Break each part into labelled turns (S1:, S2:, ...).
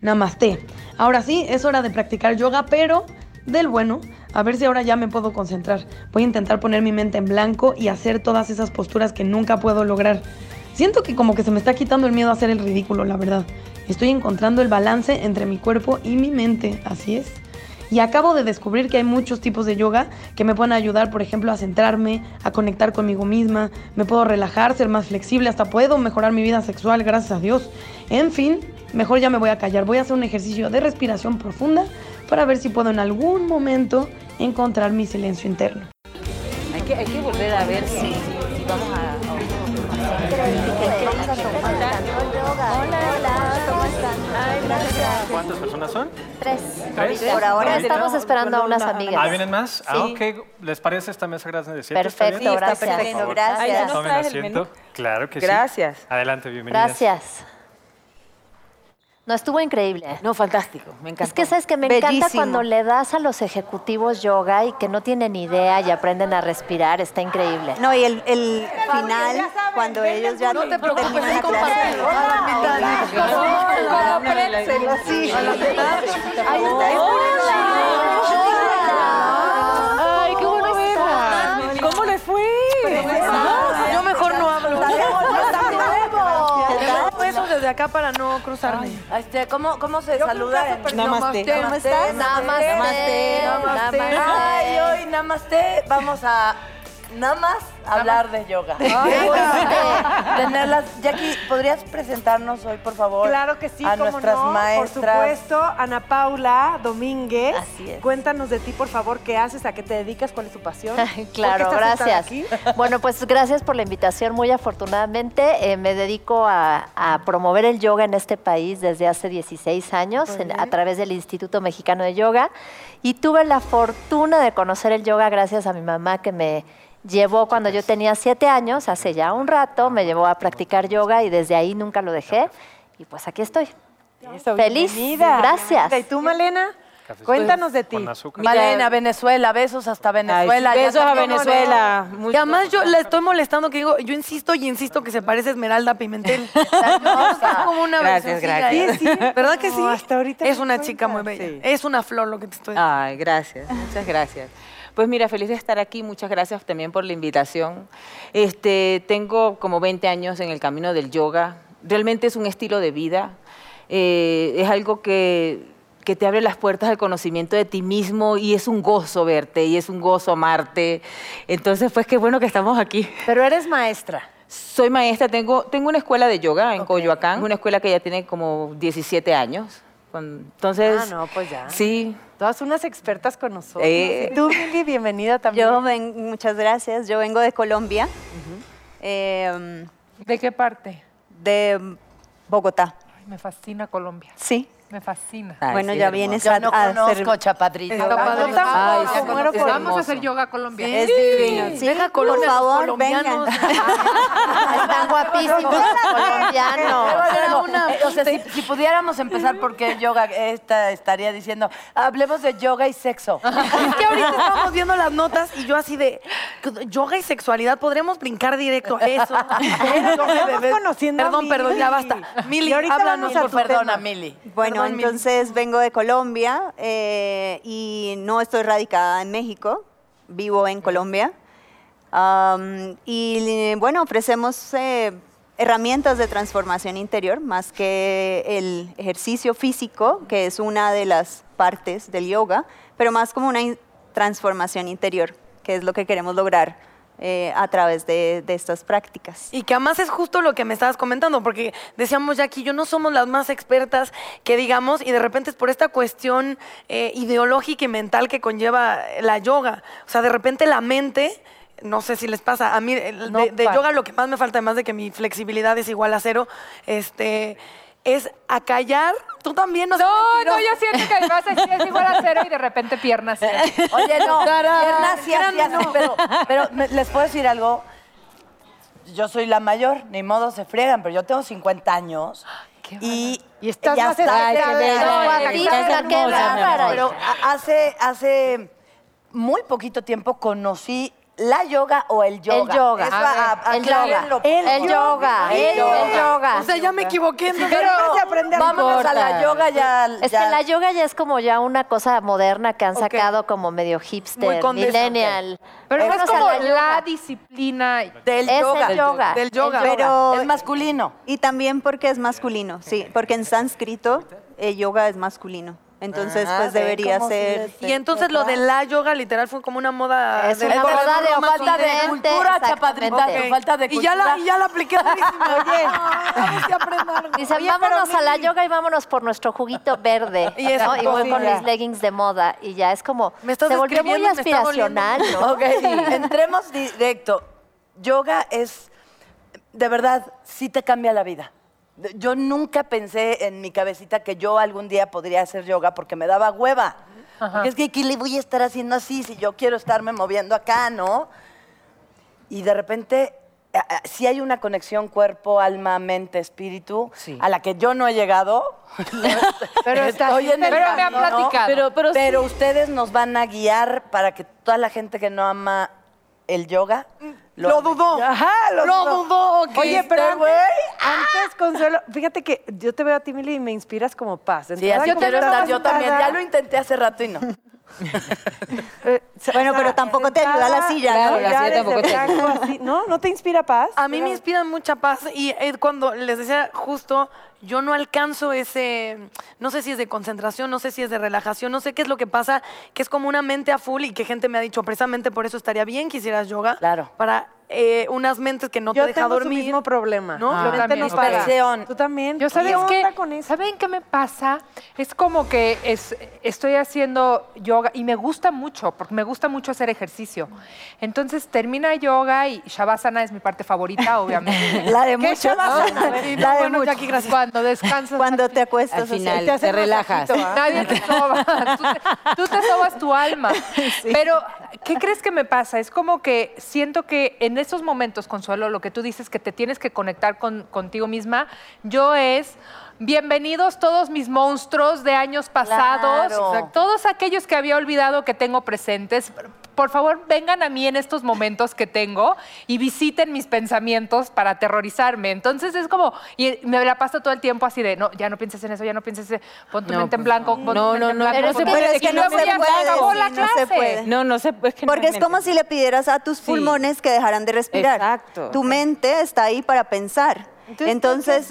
S1: Namaste. Ahora sí, es hora de practicar yoga, pero del bueno. A ver si ahora ya me puedo concentrar. Voy a intentar poner mi mente en blanco y hacer todas esas posturas que nunca puedo lograr. Siento que como que se me está quitando el miedo a hacer el ridículo, la verdad. Estoy encontrando el balance entre mi cuerpo y mi mente, así es. Y acabo de descubrir que hay muchos tipos de yoga que me pueden ayudar, por ejemplo, a centrarme, a conectar conmigo misma, me puedo relajar, ser más flexible, hasta puedo mejorar mi vida sexual, gracias a Dios. En fin, mejor ya me voy a callar, voy a hacer un ejercicio de respiración profunda para ver si puedo en algún momento encontrar mi silencio interno.
S2: Hay que, hay que volver a ver si, si, si vamos a...
S3: Hola, hola, ¿cómo están? gracias.
S4: ¿Cuántas personas son?
S3: Tres.
S4: ¿Tres?
S3: Por ahora estamos esperando a unas amigas.
S4: ¿Ah, vienen más? Ah, ok. ¿Les parece esta mesa grande de siete? ¿Está bien?
S3: Perfecto,
S2: está
S3: gracias.
S2: perfecto. Ahí ya
S3: Gracias.
S2: nos-
S4: Tomen
S2: traes el menú?
S4: asiento. Claro que sí.
S2: Gracias.
S4: Adelante, bienvenidas.
S3: Gracias. No, estuvo increíble.
S2: No, fantástico, me encanta.
S3: Es que sabes que me encanta cuando le das a los ejecutivos yoga y que no tienen idea y aprenden a respirar, está increíble.
S5: No, y el, el final, cuando ellos ya no te preocupes, la clase. Sí.
S2: Ahí está. Ay, qué bueno verla. ¿Cómo le fue? Ah, Yo mejor no hablo.
S6: Eso desde acá para no cruzarme.
S7: Este, ¿cómo, ¿Cómo se saluda? en-
S6: Namaste.
S7: ¿Cómo estás?
S3: Namaste. Namaste.
S7: Ay, hoy namaste. Vamos a nada más hablar de yoga. Qué bueno tenerlas. Jackie, ¿podrías presentarnos hoy, por favor?
S6: Claro que sí,
S7: A
S6: cómo
S7: nuestras
S6: no,
S7: maestras.
S6: por supuesto. Ana Paula Domínguez,
S3: Así es.
S6: cuéntanos de ti, por favor, qué haces, a qué te dedicas, cuál es tu pasión.
S3: Claro,
S6: ¿Por qué estás sentada
S3: gracias.
S6: aquí?
S3: Bueno, pues gracias por la invitación. Muy afortunadamente eh, me dedico a, a promover el yoga en este país desde hace 16 años en- a través del Instituto Mexicano de Yoga y tuve la fortuna de conocer el yoga gracias a mi mamá que me llevó cuando yo tenía 7 años, hace ya un rato, me llevó a practicar yoga y desde ahí nunca lo dejé y pues aquí estoy.
S6: Eso,
S3: Feliz.
S6: bienvenida.
S3: Gracias.
S6: ¿Y tú, Malena?
S4: Cafecito
S6: Cuéntanos de ti.
S4: Con azúcar.
S7: Malena, Venezuela, besos hasta Venezuela. Ya
S8: Besos a
S7: sabemos, ¿no?
S8: Venezuela.
S7: Muy-
S8: Y además yo la estoy molestando que digo, yo insisto y insisto que se parece a Esmeralda Pimentel. Está como una
S7: Gracias,
S8: versioncilla,
S7: gracias.
S8: ¿eh? ¿Verdad que sí?
S6: No, hasta ahorita
S8: es
S6: me
S8: una
S6: doy
S8: chica muy
S6: cuenta,
S8: bella.
S6: sí.
S8: Es una flor lo que te
S7: Ah.
S8: estoy
S2: Ay, gracias, muchas gracias. Pues mira, feliz de estar aquí, muchas gracias también por la invitación. Este, tengo como 20 años en el camino del yoga, realmente es un estilo de vida, Eh, es algo que, que te abre las puertas al conocimiento de ti mismo y es un gozo verte y es un gozo amarte. Entonces, pues qué bueno que estamos aquí.
S6: Pero eres maestra.
S2: Soy maestra, tengo, tengo una escuela de yoga en Coyoacán, una escuela que ya tiene como 17 años. Con- Entonces,
S6: Ah, no, pues ya.
S2: sí,
S6: Todas unas expertas con nosotros.
S2: Eh.
S6: Y Tú, Mili, bienvenida también.
S5: Yo ven, muchas gracias. Yo vengo de Colombia, eh,
S9: ¿De qué parte?
S5: de Bogotá.
S9: Ay, me fascina Colombia.
S5: Sí.
S9: Me fascina.
S2: Ay,
S5: bueno,
S2: sí,
S5: ya
S2: hermoso.
S5: vienes
S7: Yo
S5: a,
S7: no
S5: a hacer-
S7: conozco Chapadrito.
S8: Está padre.
S7: Yo tampoco.
S2: Ay, sí,
S7: Muero
S2: es
S7: por-
S9: Vamos
S2: hermoso.
S9: a hacer yoga colombiano.
S5: Es divino. Sí,
S8: Deja
S5: por
S8: Colombia a los
S5: favor, vengan.
S8: colombianos.
S3: Están guapísimos los colombianos.
S7: Era una- Eh, o sea, si, si pudiéramos empezar porque yoga, esta estaría diciendo, hablemos de yoga y sexo.
S8: Es que ahorita estábamos viendo las notas y yo así de yoga y sexualidad, podremos brincar directo a eso. Eso,
S6: Estamos
S8: bebé.
S6: conociendo a
S8: Perdón, perdón, ya
S6: Mili.
S8: basta. Mili,
S6: Y ahorita
S8: háblanos
S6: vamos a
S8: por
S6: tu
S8: favor.
S7: Perdona,
S6: tema.
S7: Mili.
S5: Bueno,
S8: Perdón, Mili.
S5: entonces vengo de Colombia eh, y no estoy radicada en México, vivo en Colombia. Am, y bueno, ofrecemos eh, herramientas de transformación interior, más que el ejercicio físico, que es una de las partes del yoga, pero más como una in- transformación interior, que es lo que queremos lograr eh, a través de, de estas prácticas.
S8: Y que además es justo lo que me estabas comentando, porque decíamos ya aquí, yo no somos las más expertas que digamos, y de repente es por esta cuestión eh, ideológica y mental que conlleva la yoga. O sea, de repente la mente, no sé si les pasa, a mí el-
S9: No
S8: de, de
S9: pasa.
S8: yoga lo que más me falta, además de que mi flexibilidad es igual a cero, este, es acallar. Tú también, no sé,
S9: No, no,
S8: mentirosa.
S9: yo siento que vas así, es igual a cero y de repente piernas.
S7: Oye, no, piernas sí, así,
S8: Grande,
S7: así,
S8: no.
S7: pero, pero me- les puedo decir algo. Yo soy la mayor, ni modo se friegan, pero yo tengo 50 años. Y,
S9: Y estás
S7: ya
S9: más delgada,
S7: delgada,
S9: qué bella,
S7: delgada,
S9: qué
S7: delgada,
S3: hermosa, qué
S7: delgada,
S3: bárbara.
S7: Pero a- hace, hace muy poquito tiempo conocí la yoga o el yoga.
S3: El yoga.
S7: Eso,
S3: A
S7: a-
S3: el
S7: aclárenlo,
S3: yoga. El,
S7: por favor.
S3: yoga. El, el yoga.
S8: O sea, ya me equivoqué. entonces-
S7: Pero vas a aprender vámonos a la yoga ya.
S3: Es
S7: ya.
S3: que la yoga ya es como ya una cosa moderna que han sacado como medio
S8: Muy
S3: hipster,
S8: condesa,
S3: millennial.
S9: Pero no es
S3: Vámonos a
S9: como
S3: la yoga.
S9: la disciplina.
S7: del
S3: es
S7: yoga.
S3: el yoga.
S8: Del yoga.
S3: El
S5: Pero-
S7: es masculino.
S5: Y también porque es masculino, sí, porque en sánscrito el yoga es masculino. Entonces,
S7: Ah,
S5: pues
S7: ven
S5: debería
S7: cómo sí
S5: ser.
S7: les-
S8: Y entonces lo de la yoga literal fue como una moda.
S3: Es
S8: de
S3: una
S8: la-
S3: moda
S8: la
S3: de
S8: Roma
S7: falta de
S8: Occidente.
S3: Occidente,
S7: cultura,
S3: exactamente.
S7: chapadrita,
S8: Ok.
S7: tu falta de
S8: y ya, la,
S7: cultura.
S8: y ya la apliqué durísimo. Oye, a ver si aprendo algo.
S3: Dicen,
S8: Oye, pero
S3: vámonos a la
S8: mi-
S3: yoga y vámonos por nuestro juguito verde.
S8: Y eso,
S3: ¿no? Y voy
S8: sí,
S3: con
S8: ya.
S3: mis leggings de moda. Y ya es como.
S8: Me estás
S3: se volvió muy
S8: describiendo y me está
S3: aspiracional,
S8: doliendo.
S3: ¿no?
S7: Ok, entremos directo. Yoga es, de verdad, sí te cambia la vida. De- Yo nunca pensé en mi cabecita que yo algún día podría hacer yoga porque me daba hueva. Porque es que aquí le voy a estar haciendo así si yo quiero estarme moviendo acá, ¿no? Y de repente a- a- sí hay una conexión cuerpo, alma, mente, espíritu
S2: Sí.
S7: a la que yo no he llegado.
S9: Pero está-
S7: Estoy en el
S9: pero me han
S7: camino, ¿no?
S9: platicado.
S7: Pero, pero, ustedes nos van a guiar para que toda la gente que no ama el yoga
S8: Lo,
S7: ame.
S8: dudó.
S7: Ajá, lo,
S8: Lo dudó. ok.
S6: Oye, pero
S7: Este
S6: antes,
S7: güey. Ah.
S6: antes, Consuelo, fíjate que yo te veo a ti, Mili, y me inspiras como paz.
S7: Sí, así
S6: Entonces,
S7: quiero
S6: ¿cómo
S7: estar
S6: estás
S7: yo también. Ya
S6: sentada?
S7: lo intenté hace rato y no.
S6: Eh,
S5: Bueno, pero tampoco te ayuda la silla,
S2: Claro, la silla
S6: desde
S2: tampoco te ayuda.
S6: blanco, así. No, no te inspira paz.
S8: A mí me inspiran mucha paz y eh, cuando les decía justo, yo no alcanzo ese, no sé si es de concentración, no sé si es de relajación, no sé qué es lo que pasa, que es como una mente a full y que gente me ha dicho, precisamente por eso estaría bien que hicieras yoga.
S7: Claro.
S8: Para eh, unas mentes que no
S6: yo
S8: te deja
S6: tengo
S8: dormir.
S6: su mismo problema.
S8: ¿No?
S6: La
S9: Yo
S2: Ah.
S6: mente
S9: también,
S6: nos
S9: ok.
S6: para.
S7: Pasión.
S6: Tú también.
S9: Yo sabes
S6: ¿Qué
S9: que
S6: onda con eso?
S9: ¿Saben qué me pasa? Es como que es, estoy haciendo yoga y me gusta mucho, porque me gusta mucho hacer ejercicio. Entonces termina yoga y Shavasana es mi parte favorita, obviamente.
S5: La de
S9: ¿Qué
S5: muchos.
S9: Shavasana?
S8: Sí,
S9: La
S8: no,
S9: de
S8: bueno,
S9: muchos.
S8: Jackie, gracias.
S9: Cuando descansas.
S5: Cuando te acuestas
S2: Al
S5: así,
S2: final,
S5: hacen
S2: te relajas.
S5: masajito, ¿ah?
S9: Nadie te soba. Tú te, tú te sobas tu alma. Pero, ¿qué crees que me pasa? Es como que siento que en esos momentos, Consuelo, lo que tú dices que te tienes que conectar con, contigo misma, yo es. Bienvenidos todos mis monstruos de años pasados,
S7: Claro.
S9: Exacto. todos aquellos que había olvidado que tengo presentes. Por favor, vengan a mí en estos momentos que tengo y visiten mis pensamientos para aterrorizarme. Entonces es como, y me la paso todo el tiempo así de, no, ya no pienses en eso, ya no pienses, en- pon tu
S2: No,
S9: mente en
S2: pues,
S9: blanco.
S2: no.
S9: pon tu
S2: No,
S9: mente
S2: no,
S9: en
S2: no,
S9: blanco,
S2: pero
S9: pon
S2: se
S9: tu
S2: puede,
S9: mente-
S2: es que
S9: y
S2: no
S9: luego
S2: se
S9: ya
S5: puede,
S9: acabó la
S5: sí, no se
S9: clase.
S5: puede.
S2: No, no sé. Es que no
S5: Porque es
S2: me
S5: como
S2: meto.
S5: si le pidieras a tus pulmones que dejaran de respirar.
S2: exacto.
S5: Tu mente está ahí para pensar. Entonces,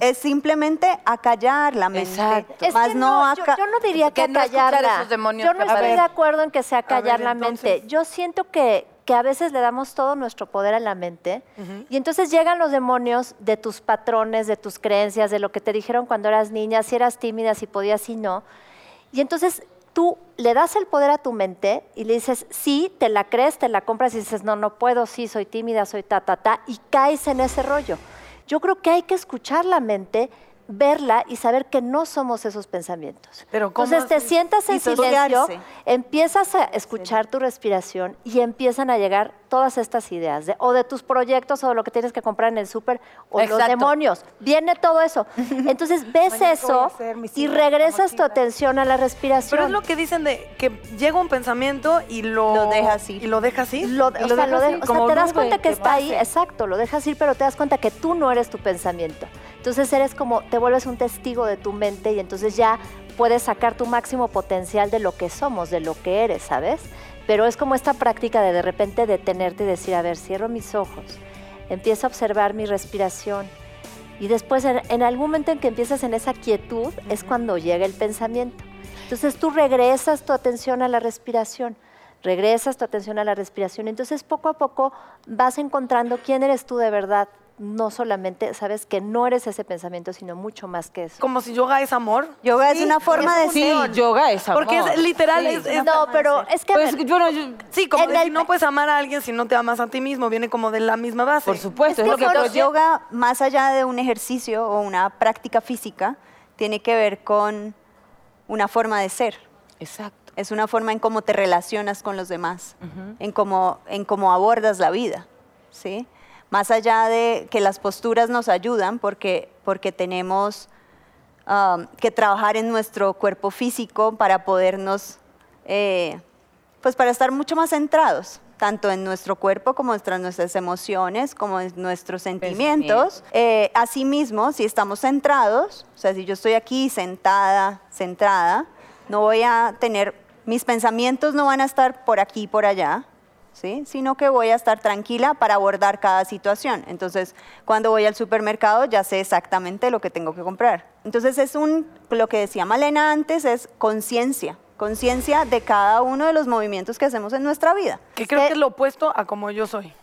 S5: es simplemente acallar la mente.
S2: Exacto.
S3: Es
S5: Más
S3: que
S5: no,
S3: yo,
S5: aca-
S3: yo no diría que,
S7: que no escuchar
S3: acallarla.
S7: esos demonios
S3: yo no
S7: que
S3: estoy de
S7: aparecen.
S3: acuerdo en que sea callar
S8: ver,
S3: la mente.
S8: entonces.
S3: Yo siento que, que a veces le damos todo nuestro poder a la mente y entonces llegan los demonios de tus patrones, de tus creencias, de lo que te dijeron cuando eras niña, si eras tímida, si podías, si no. Y entonces tú le das el poder a tu mente y le dices, sí, te la crees, te la compras y dices, no, no puedo, sí, soy tímida, soy ta, ta, ta, y caes en ese rollo. Yo creo que hay que escuchar la mente, verla y saber que no somos esos pensamientos.
S8: Pero ¿cómo
S3: Entonces te
S8: haces?
S3: sientas en silencio,
S5: Disociarse.
S3: empiezas a escuchar tu respiración y empiezan a llegar todas estas ideas, de- o de tus proyectos, o de lo que tienes que comprar en el súper, o los
S7: Exacto.
S3: demonios. Viene todo eso. Entonces ves
S6: Mañana, ¿qué voy a
S3: eso
S6: hacer? Mis
S3: y
S6: hijos, la
S3: regresas tu
S6: mochila.
S3: atención a la respiración.
S8: Pero es lo que dicen de que llega un pensamiento y lo,
S5: Lo dejas ir.
S8: Y lo dejas ir.
S3: Lo, o
S8: Y
S3: sea, lo
S8: dejas
S3: de-
S8: ir,
S3: o sea,
S8: como
S3: te das
S8: nube
S3: cuenta que está ahí,
S8: pase.
S3: exacto, lo dejas ir, pero te das cuenta que tú no eres tu pensamiento. Entonces eres como, te vuelves un testigo de tu mente y entonces ya puedes sacar tu máximo potencial de lo que somos, de lo que eres, ¿sabes? Pero es como esta práctica de de repente detenerte y decir, a ver, cierro mis ojos, empiezo a observar mi respiración. Y después, en, en algún momento en que empiezas en esa quietud, es cuando llega el pensamiento. Entonces tú regresas tu atención a la respiración, regresas tu atención a la respiración. Entonces poco a poco vas encontrando quién eres tú de verdad. No solamente sabes que no eres ese pensamiento, sino mucho más que eso.
S8: Como si yoga es amor.
S5: Yoga es una forma de
S2: Sí,
S5: ser.
S2: yoga es amor.
S8: Porque es literal,
S2: Sí.
S8: es, es-
S3: No, pero es que a
S2: Pues,
S3: ver,
S2: bueno, yo-
S8: sí, como
S3: en
S8: de
S3: el
S8: si no
S3: pe-
S8: puedes amar a alguien si no te amas a ti mismo, viene como de la misma base.
S2: por supuesto, es, lo que
S5: Pero
S2: proyecto.
S5: yoga, más allá de un ejercicio o una práctica física, tiene que ver con una forma de ser.
S2: Exacto.
S5: Es una forma en cómo te relacionas con los demás, en, cómo, en cómo abordas la vida, ¿sí? Más allá de que las posturas nos ayudan porque, porque tenemos um, que trabajar en nuestro cuerpo físico para podernos, eh, pues para estar mucho más centrados, tanto en nuestro cuerpo como en nuestras- nuestras emociones, como en nuestros sentimientos. Eh, asimismo, si estamos centrados, o sea, si yo estoy aquí sentada, centrada, no voy a tener, mis pensamientos no van a estar por aquí, por allá, ¿sí? sino que voy a estar tranquila para abordar cada situación. Entonces, cuando voy al supermercado ya sé exactamente lo que tengo que comprar. Entonces, es un, lo que decía Malena antes, es conciencia, conciencia de cada uno de los movimientos que hacemos en nuestra vida.
S8: Que creo
S7: Eh,
S8: que es lo opuesto a como yo soy. Eh,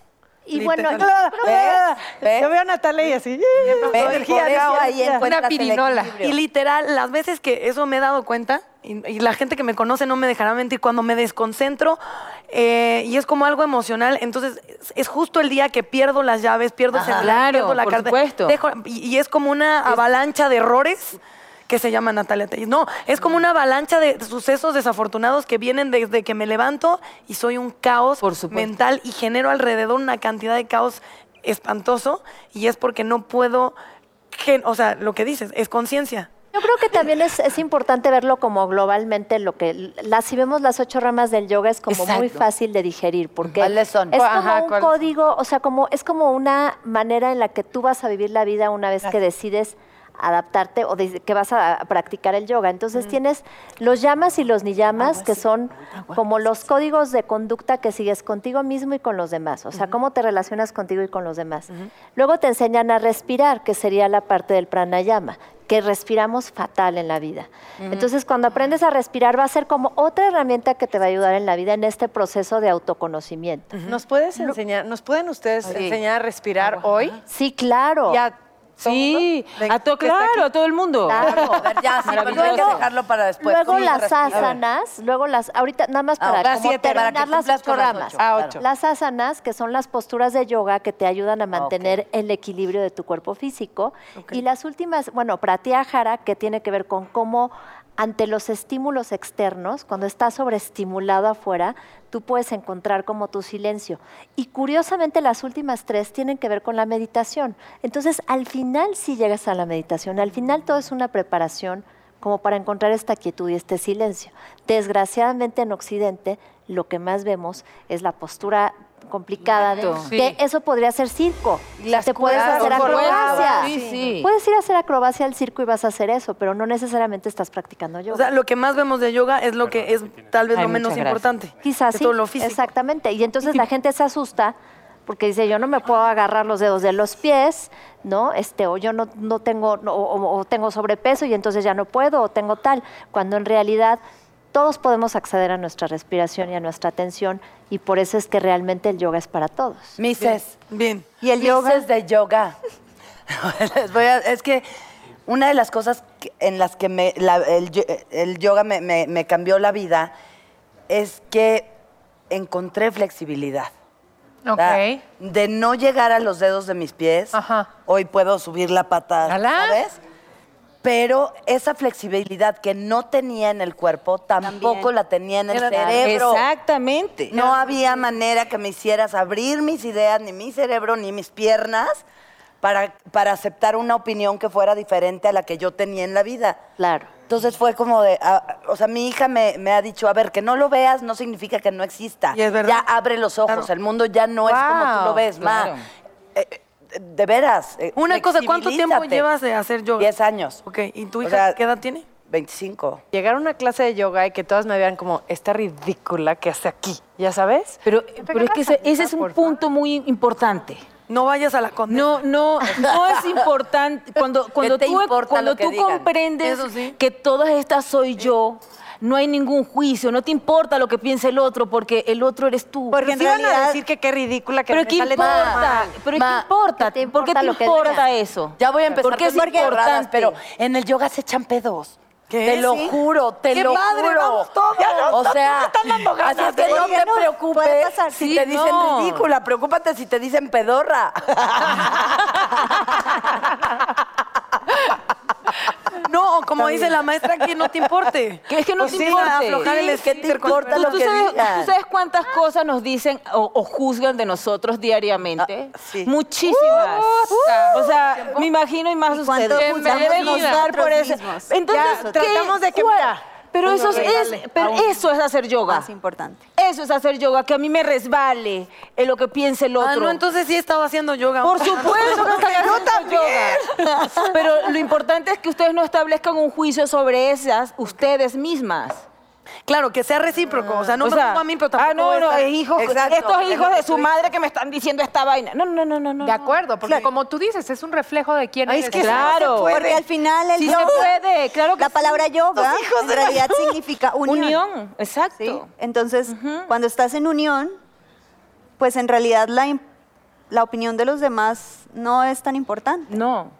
S3: Y bueno,
S8: Literal.
S3: yo creo que-
S7: ¿Ve?
S6: Yo veo a Natalia y así.
S7: ¿Ve?
S6: "Eh,
S7: Por
S6: energía,
S7: eso
S6: ¿no?
S7: ahí
S6: Ya.
S7: encuentras el
S9: pirinola.
S7: equilibrio.
S8: Y literal, las veces que eso me he dado cuenta, y, y la gente que me conoce no me dejará mentir, cuando me desconcentro eh, y es como algo emocional, entonces es, es justo el día que pierdo las llaves, pierdo el
S2: Ajá.
S8: celular,
S2: Claro,
S8: pierdo la
S2: por
S8: cartera,
S2: supuesto.
S8: dejo- y, y es como una avalancha de errores que se llama Natalia Telles. No, es
S2: Mm.
S8: como una avalancha de sucesos desafortunados que vienen desde que me levanto y soy un caos
S2: Por supuesto.
S8: mental y genero alrededor una cantidad de caos espantoso y es porque no puedo, gen- o sea, lo que dices, es conciencia.
S3: Yo creo que también es, es importante verlo como globalmente, lo que la- si vemos las ocho ramas del yoga es como muy
S2: Exacto.
S3: fácil de digerir, porque
S7: ¿Cuáles son?
S3: es como
S9: Ajá,
S3: un
S9: ¿cuáles son?
S3: código, o sea, como es como una manera en la que tú vas a vivir la vida una vez que decides adaptarte o de- que vas a, a practicar el yoga. Entonces tienes los llamas y los niyamas, que son como los códigos de conducta que sigues contigo mismo y con los demás, o sea, cómo te relacionas contigo y con los demás. Luego te enseñan a respirar, que sería la parte del pranayama, que respiramos fatal en la vida. Entonces, cuando aprendes a respirar, va a ser como otra herramienta que te va a ayudar en la vida en este proceso de autoconocimiento.
S6: ¿Nos puedes enseñar, nos pueden ustedes enseñar a respirar hoy?
S3: Sí, claro.
S6: Y a todo
S2: Sí,
S6: mundo?
S2: a todo,
S6: que está
S2: claro, a todo el mundo.
S3: Claro.
S7: A ver, ya, sí, pero no hay que
S2: Maravilloso.
S7: dejarlo para después.
S3: luego
S7: Sí,
S3: las
S7: respira.
S3: asanas, luego las, ahorita nada más para
S7: Ah, las
S3: como
S7: siete, para que
S3: terminar las
S7: cumplas
S3: ocho
S7: con las
S3: ramas.
S7: ocho, Ah, claro. ocho. Ah,
S3: Las asanas, que son las posturas de yoga que te ayudan a mantener el equilibrio de tu cuerpo físico. Y las últimas, bueno, pratyahara, que tiene que ver con cómo ante los estímulos externos, cuando estás sobreestimulado afuera, tú puedes encontrar como tu silencio. Y curiosamente las últimas tres tienen que ver con la meditación. Entonces, al final sí llegas a la meditación, al final todo es una preparación como para encontrar esta quietud y este silencio. Desgraciadamente en Occidente lo que más vemos es la postura complicada de,
S2: Exacto.
S3: de
S9: Sí.
S3: eso podría ser circo.
S7: Las
S3: Te puedes
S7: cuerdas
S3: hacer
S7: son colgadas.
S3: acrobacia.
S2: Sí, sí.
S3: Puedes ir a hacer acrobacia al circo y vas a hacer eso, pero no necesariamente estás practicando yoga.
S8: O sea, lo que más vemos de yoga es lo que es tal vez
S2: Ay,
S8: lo menos
S2: muchas gracias.
S8: importante.
S3: Quizás
S8: que
S3: sí.
S8: todo lo físico.
S3: Exactamente. Y entonces la gente se asusta porque dice, yo no me puedo agarrar los dedos de los pies, ¿no? Este, o yo no, no tengo, no, o, o- o tengo sobrepeso y entonces ya no puedo, o tengo tal. Cuando en realidad todos podemos acceder a nuestra respiración y a nuestra atención y por eso es que realmente el yoga es para todos.
S7: Mises.
S8: Bien.
S7: Y el yoga. de yoga. Les voy a- es que una de las cosas que- en las que me- la- el, yo- el yoga me, me- me cambió la vida es que encontré flexibilidad. O sea,
S9: Ok.
S7: De no llegar a los dedos de mis pies.
S9: Ajá.
S7: Hoy puedo subir la pata,
S9: Ala.
S7: ¿sabes? Pero esa flexibilidad que no tenía en el cuerpo, tampoco
S5: También.
S7: la tenía en el
S2: Claro.
S7: cerebro.
S8: Este,
S2: Exactamente.
S7: No había manera que me hicieras abrir mis ideas, ni mi cerebro, ni mis piernas, para, para aceptar una opinión que fuera diferente a la que yo tenía en la vida.
S3: Claro.
S7: Entonces fue como de, ah, o sea, mi hija me, me ha dicho, a ver, que no lo veas no significa que no exista.
S8: Y es verdad.
S7: Ya abre los ojos,
S8: Claro.
S7: el mundo ya no es como tú lo
S9: Wow,
S7: ves, ma.
S2: claro.
S7: Eh, eh, de veras. eh,
S8: Una cosa, ¿cuánto tiempo
S7: flexibilízate.
S8: llevas de hacer yoga?
S7: Diez años.
S8: Ok, ¿y tu
S7: O
S8: hija
S7: sea,
S8: qué edad tiene?
S7: 25.
S6: Llegar a una clase de yoga y que todas me vean como, esta ridícula que hace aquí, ¿ya sabes?
S2: Pero, pero es que ese, ese es un punto muy importante.
S8: No vayas a la condesa.
S2: No, no, no es importante. Cuando, cuando
S7: te
S2: tú,
S7: importa
S2: cuando
S7: lo que
S2: tú
S7: digan?
S2: comprendes
S8: Eso sí.
S2: que todas estas soy yo, no hay ningún juicio, no te importa lo que piense el otro, porque el otro eres tú.
S5: Porque en
S6: Si van a
S5: realidad-
S6: decir que qué ridícula que
S2: pero
S6: me
S2: ¿qué
S6: sale todo
S2: importa?
S6: mal.
S2: ¿Pero
S3: Ma,
S2: qué importa?
S3: ¿qué te
S2: ¿Por qué
S3: importa
S2: te
S3: lo que
S2: importa
S3: digan?
S2: eso?
S7: Ya voy a empezar
S2: ¿Por qué
S7: con
S2: es
S7: tus burradas,
S2: importante?
S7: pero en el yoga se echan pedos.
S8: ¿Qué?
S7: Te lo
S8: Sí.
S7: juro, te
S8: ¡Qué
S7: lo
S8: padre,
S7: juro.
S8: vamos todos!
S7: o sea,
S8: están dando ganas
S7: así es que
S8: de
S7: no
S8: ir,
S7: te
S8: ¿no?
S7: preocupes
S8: Puede pasar,
S7: si
S8: sí,
S7: te dicen
S8: no.
S7: ridícula, preocúpate si te dicen pedorra.
S8: No, como dice la maestra, que no te importe.
S2: Que es que no
S8: O
S2: te
S8: sea,
S2: importe.
S8: aflojar el
S7: ¿Qué te
S8: esfínter con-
S7: importa lo
S2: ¿Tú
S7: que
S2: sabes,
S7: digan?
S2: tú sabes cuántas cosas nos dicen o, o juzgan de nosotros diariamente?
S7: Ah, sí.
S2: Muchísimas. o sea, me imagino y más ustedes.
S5: cuánto
S2: Me
S5: juzgamos
S2: deben juzgar
S5: nosotros
S2: por eso.
S5: mismos.
S2: Entonces,
S5: Ya,
S2: ¿qué?
S6: tratamos de que,
S2: ¿Cuál?
S6: mira,
S2: pero
S6: uno
S2: eso es,
S6: regale
S2: pero eso es hacer yoga.
S5: Más importante.
S2: Eso es hacer yoga, que a mí me resbale en lo que piense el otro.
S8: Ah, no, entonces sí he estado haciendo yoga.
S2: Por supuesto que están haciendo yoga. Pero lo importante es que ustedes no establezcan un juicio sobre esas ustedes mismas.
S8: Claro, que sea recíproco. O sea, no
S2: O
S8: me
S2: sea,
S8: ocupa a mí, pero tampoco
S2: Ah, no, no,
S8: esta-
S2: es hijo-
S7: Exacto,
S2: estos
S7: es lo
S2: hijos
S7: que
S2: de su
S7: estoy-
S2: madre que me están diciendo esta vaina. No, no, no, no, no.
S9: De
S2: no.
S9: acuerdo, porque como tú dices, es un reflejo de quién
S5: Ay,
S9: eres.
S5: es que
S9: tú.
S2: Claro.
S5: claro, porque al final el
S2: Sí se
S5: yoga,
S2: puede, claro que
S5: la
S2: sí.
S5: palabra yoga en realidad significa unión.
S7: Mm,
S2: Unión, exacto.
S5: ¿sí? Entonces, cuando estás en unión, pues en realidad la, im- la opinión de los demás no es tan importante.
S2: No.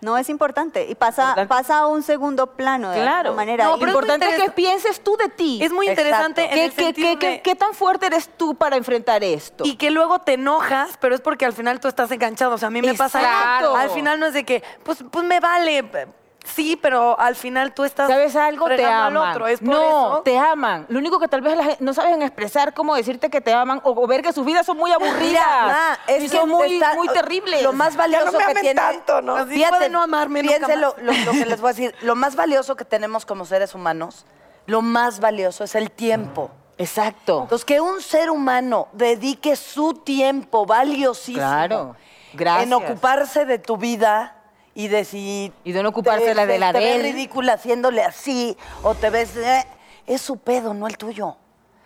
S5: No es importante y pasa,
S2: ¿Verdad?
S5: pasa a un segundo plano de
S2: Claro.
S5: alguna manera.
S8: No,
S5: Y-
S2: Lo
S8: pero es muy
S2: importante es que
S8: interesa-
S2: pienses tú de ti.
S8: Es muy interesante en
S2: ¿Qué,
S8: el
S2: qué,
S8: sentido
S2: qué- qué-
S8: de-
S2: qué tan fuerte eres tú para enfrentar esto?
S8: Y que luego te enojas, pero es porque al final tú estás enganchado. O sea, a mí me pasa.
S2: Exacto.
S8: Al final no es de que, pues, pues me vale. Sí, pero al final tú estás.
S2: ¿Sabes algo? Te
S8: fregando
S2: aman.
S8: al otro. ¿Es por
S2: no,
S8: eso?
S2: te aman. Lo único que tal vez la gen- no saben expresar cómo decirte que te aman o, o ver que sus vidas son muy aburridas.
S7: Mira, ma, es
S2: y
S7: que
S2: son muy,
S7: está-
S2: muy terribles.
S7: Lo más valioso
S8: me
S7: que
S8: amen
S7: tiene.
S8: tanto, ¿no? Así puede no amarme nunca
S7: piensen lo, lo- lo que les voy a decir. Lo más valioso que tenemos como seres humanos, lo más valioso es el tiempo.
S2: Exacto.
S7: Entonces, que un ser humano dedique su tiempo valiosísimo
S2: Claro. Gracias.
S7: en ocuparse de tu vida y de si...
S2: Y de no ocuparse la de la
S7: te
S2: de
S7: ves
S2: él.
S7: ridícula haciéndole así o te ves... eh, es su pedo, no el tuyo.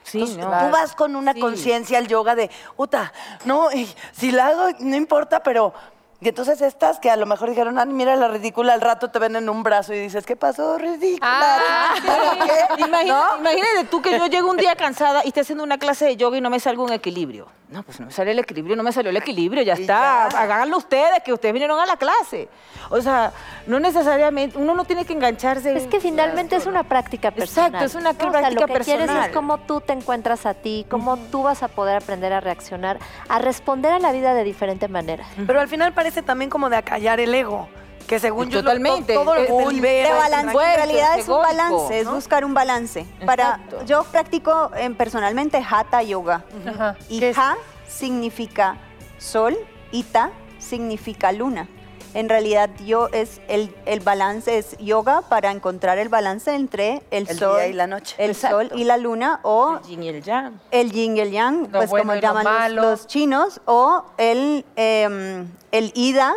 S2: Sí,
S7: Entonces,
S2: no.
S7: Tú vas con una
S2: Sí.
S7: conciencia al yoga de, uta, no, y si la hago, no importa, pero... Y entonces estas que a lo mejor dijeron, ah, mira la ridícula, al rato te ven en un brazo y dices, ¿qué pasó, ridícula?
S9: Ah,
S7: ¿Para qué?
S2: Imagina-
S7: ¿No?
S2: Imagínate tú que yo llego un día cansada y esté haciendo una clase de yoga y no me salga un equilibrio. No, pues no me sale el equilibrio, no me salió el equilibrio, ya
S7: Y
S2: está.
S7: ya.
S2: Háganlo ustedes, que ustedes vinieron a la clase. O sea, no necesariamente, uno no tiene que engancharse.
S3: Es que finalmente es una práctica personal.
S2: Exacto, es una
S3: ¿no? O sea,
S2: práctica
S3: lo que quieres
S2: personal.
S3: es cómo tú te encuentras a ti, cómo tú vas a poder aprender a reaccionar, a responder a la vida de diferente manera.
S8: Pero al final parece también como de acallar el ego. Que según yo. lo- to-
S2: Totalmente.
S8: Todo lo
S2: Es-
S8: que
S2: es-
S8: te
S5: de
S8: libera. y te
S5: balance.
S8: tranquila.
S5: En realidad es un
S2: egoico,
S5: balance, es
S2: ¿no?
S5: buscar un balance. Para,
S2: Exacto.
S5: yo practico eh, personalmente Hatha Yoga.
S9: Ajá.
S5: Y
S9: ¿Qué es?
S5: Ha significa sol y Ta significa luna. En realidad yo es el, el balance es yoga para encontrar el balance entre el,
S7: El
S5: sol
S7: día y la noche.
S5: el
S7: Exacto.
S5: sol y la luna o
S2: El yin y el yang.
S5: el yin y el yang, pues
S9: bueno
S5: como
S9: y lo
S5: llaman los-
S9: malo.
S5: los, chinos, o el, em, el ida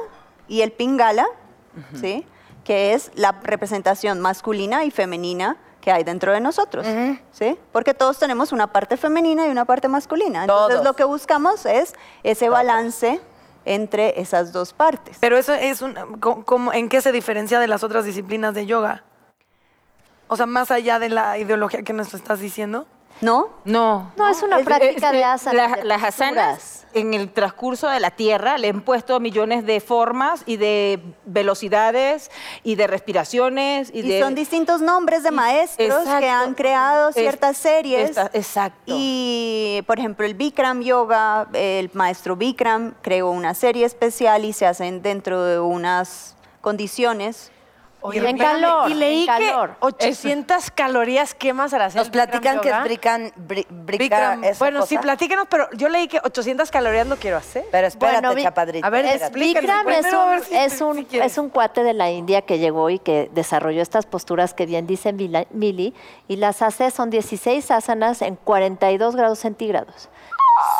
S5: y el pingala, ¿sí? que es la representación masculina y femenina que hay dentro de nosotros, ¿sí? Porque todos tenemos una parte femenina y una parte masculina. Entonces
S7: Todos.
S5: lo que buscamos es ese balance entre esas dos partes.
S8: Pero eso es un. co- como- ¿En qué se diferencia de las otras disciplinas de yoga? O sea, más allá de la ideología que nos estás diciendo.
S5: ¿No?
S2: No.
S3: No, es una
S2: Es-
S3: práctica
S2: es-
S3: de
S2: la-
S3: asanas. de
S2: las
S3: posturas.
S2: asanas en el transcurso de la tierra le han puesto millones de formas y de velocidades y de respiraciones y,
S5: Y
S2: de
S5: son distintos nombres de maestros que
S2: Exacto.
S5: han creado
S2: Es-
S5: ciertas series.
S2: Esta- exacto.
S5: Y, por ejemplo, el Bikram Yoga, el maestro Bikram creó una serie especial y se hacen dentro de unas condiciones.
S3: Oye, en calor,
S6: Y leí
S3: en
S6: que
S3: calor.
S6: 800 calorías quemas al hacer
S7: Nos
S6: Bikram
S7: platican que es
S6: yoga.
S7: brican, bri- brica,
S6: Bikram.
S7: esa
S6: Bueno, sí,
S7: cosa.
S6: platíquenos, pero yo leí que 800 calorías lo quiero hacer.
S7: Pero espérate,
S3: Bueno, vi-
S7: chapadrita.
S6: A ver,
S3: Es-
S7: espérate.
S6: explícanos
S3: Bikram es
S6: primero, a ver
S3: un,
S6: si-
S3: es,
S6: si
S3: un,
S6: quieres.
S3: es un cuate de la India que llegó y que desarrolló estas posturas que bien dice Mila- Mili, y las hace, son 16 asanas en 42 grados centígrados.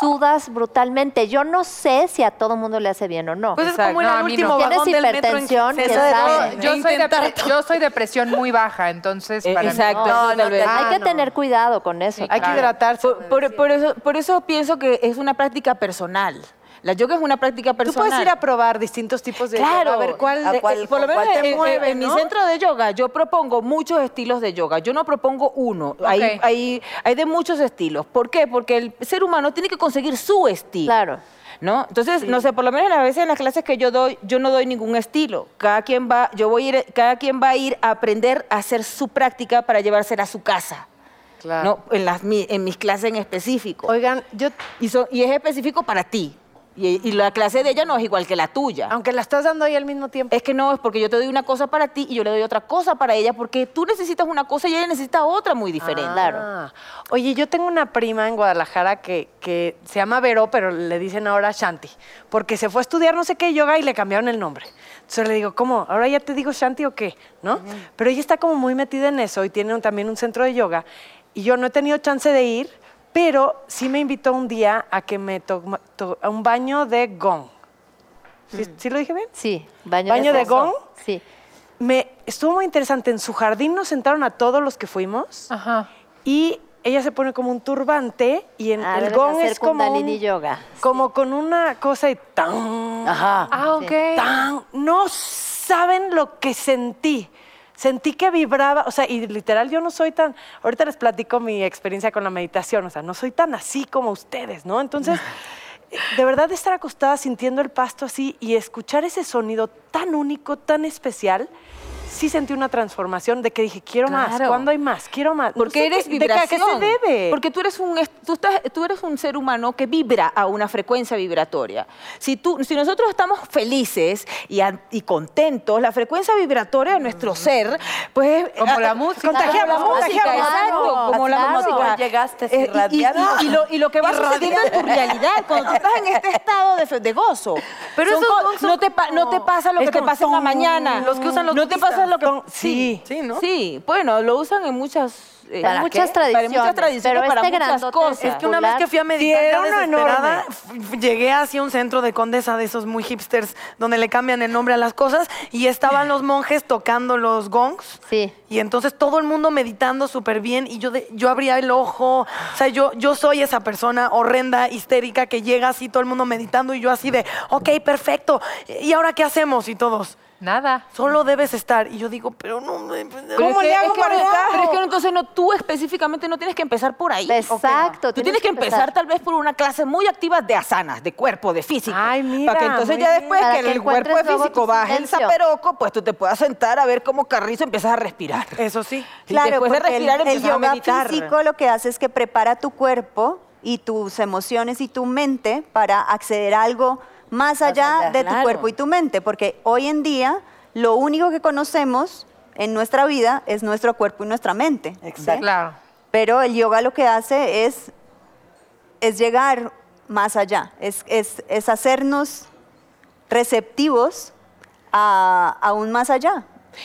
S3: Sudas brutalmente. Yo no sé si a todo mundo le hace bien o no.
S8: Pues es
S9: Exacto.
S8: como ir
S9: No,
S8: al
S9: a mí
S8: último
S9: no.
S8: vagón
S3: Tienes
S8: del metro en
S3: hipertensión,
S8: que
S3: que
S8: se-
S3: sabe.
S9: Yo soy, de,
S7: Intentar
S9: pre- yo soy de presión muy baja, entonces
S2: Eh,
S9: Pues para mí-
S2: exacto.
S3: No,
S2: tal vez.
S3: Hay que
S6: Ah, no.
S3: tener cuidado con eso.
S9: Sí,
S6: Hay que
S9: Claro.
S6: hidratarse.
S2: Por, por- por eso, por eso pienso que es una práctica personal. La yoga es una práctica
S6: Tú
S2: personal.
S6: puedes ir a probar distintos tipos de
S2: Claro,
S6: yoga, a ver cuál,
S7: ¿A
S2: Eh, eh,
S7: cuál-
S2: por lo menos
S7: con cuál te
S2: en- en,
S6: mueve,
S2: en
S6: no?
S2: mi centro de yoga yo propongo muchos estilos de yoga. Yo no propongo uno. Hay, hay, hay de muchos estilos. ¿Por qué? Porque el ser humano tiene que conseguir su estilo.
S3: Claro.
S2: ¿No? Entonces, no sé, por lo menos a veces en las clases que yo doy, yo no doy ningún estilo. Cada quien va, yo voy a ir, cada quien va a ir a aprender a hacer su práctica para llevársela a su casa. ¿no? En, las, mi- en mis clases en específico.
S6: Oigan, yo,
S2: Y, son- y es específico para ti. Y, y la clase de ella no es igual que la tuya.
S6: aunque la estás dando ahí al mismo tiempo,
S2: Es que no, es porque yo te doy una cosa para ti y yo le doy otra cosa para ella, porque tú necesitas una cosa y ella necesita otra muy diferente.
S6: Ah, Oye, yo tengo una prima en Guadalajara que, que se llama Vero, pero le dicen ahora Shanti, porque se fue a estudiar no sé qué yoga y le cambiaron el nombre. Entonces le digo, ¿cómo? ¿Ahora ya te digo Shanti o qué? ¿No? Pero ella está como muy metida en eso y tiene un- también un centro de yoga. Y yo no he tenido chance de ir, Pero sí me invitó un día a que me toma- to- a un baño de gong. ¿Sí, sí lo dije bien?
S3: Sí, baño,
S6: ¿Baño de
S3: foso.
S6: gong?
S3: Sí.
S6: Me estuvo muy interesante. En su jardín nos sentaron a todos los que fuimos
S9: Ajá.
S6: y ella se pone como un turbante y en
S3: A
S6: el
S3: ver,
S6: gong
S3: Ah, hacer
S6: es como un-
S3: Kundalini yoga.
S6: como con una cosa y tan
S7: Ajá.
S9: Ah, ok.
S6: tan- no saben lo que sentí. Sentí que vibraba, o sea, y literal yo no soy tan, ahorita les platico mi experiencia con la meditación, o sea, no soy tan así como ustedes, ¿no? Entonces, de verdad estar acostada sintiendo el pasto así y escuchar ese sonido tan único, tan especial, sí sentí una transformación de que dije, quiero más,
S2: Claro.
S6: ¿cuándo hay más? Quiero más. No
S2: Porque
S6: sé
S2: eres
S6: qué- de qué-
S2: vibración.
S6: ¿A qué se debe?
S2: Porque tú eres un es- tú estás- tú eres un ser humano que vibra a una frecuencia vibratoria. Si tú si nosotros estamos felices y, a- y contentos, la frecuencia vibratoria de nuestro ser, pues
S9: Como la
S2: ah,
S9: música.
S2: contagiamos,
S3: Como la música,
S2: contagiamos,
S3: claro.
S2: exacto, como la
S3: Claro.
S2: música.
S7: Llegaste
S2: Eh, y- y,
S7: irradiada.
S2: y- y lo, y lo que va sucediendo en tu realidad, cuando tú estás en este estado de, fe- de gozo.
S8: Pero
S2: Son
S8: esos
S2: co-
S8: no son
S2: no, te pa- no te pasa lo
S6: Es
S2: que te
S6: como
S2: pasa en la
S6: ton,
S2: mañana.
S8: los que usan los
S2: No te pasa
S8: budistas.
S2: lo que...
S6: Ton, sí.
S8: Sí, ¿no?
S2: Sí, bueno, lo usan en muchas... eh,
S3: Para muchas
S2: para muchas
S3: tradiciones,
S2: tradiciones,
S3: pero
S2: para
S3: este
S2: muchas
S3: grandote
S2: cosas.
S8: Es que una vez que fui a meditar
S6: Sí, era
S8: ya
S6: una
S8: desesperada, f- llegué hacia un centro de condesa de esos muy hipsters donde le cambian el nombre a las cosas y estaban los monjes tocando los gongs.
S3: Sí.
S8: Y entonces todo el mundo meditando súper bien y yo, de- yo abría el ojo. O sea, yo, yo soy esa persona horrenda, histérica, que llega así, todo el mundo meditando y yo así de, ok, perfecto. ¿Y ahora qué hacemos? Y todos,
S9: Nada.
S8: solo debes estar. Y yo digo, pero no me...
S2: Pero
S8: ¿cómo
S2: es que-
S8: le hago
S2: es que
S8: para
S2: no-
S8: estar?
S2: Pero es que entonces no, tú específicamente no tienes que empezar por ahí.
S3: Exacto.
S2: Tú tienes que empezar tal vez por una clase muy activa de asanas, de cuerpo, de físico.
S6: Ay, mira,
S2: Para que entonces
S6: muy
S2: ya
S6: bien.
S2: después
S3: Para
S2: que,
S3: que
S2: el cuerpo de
S3: encuentres luego
S2: físico
S3: tu
S2: baje el
S3: silencio.
S2: zaperoco, pues tú te puedas sentar a ver cómo carrizo empiezas a respirar.
S8: Eso sí.
S2: y después
S5: porque
S2: de
S5: el-
S2: respirar
S5: el,
S2: empiezas a
S5: yoga
S2: meditar.
S5: físico lo que hace es que prepara tu cuerpo y tus emociones y tu mente para acceder a algo más allá,
S7: allá,
S5: de
S2: claro.
S5: tu cuerpo y tu mente, porque hoy en día lo único que conocemos en nuestra vida es nuestro cuerpo y nuestra mente.
S7: Exacto.
S9: Claro.
S5: Pero el yoga lo que hace es, es llegar más allá, es, es- es hacernos receptivos a, a un más allá.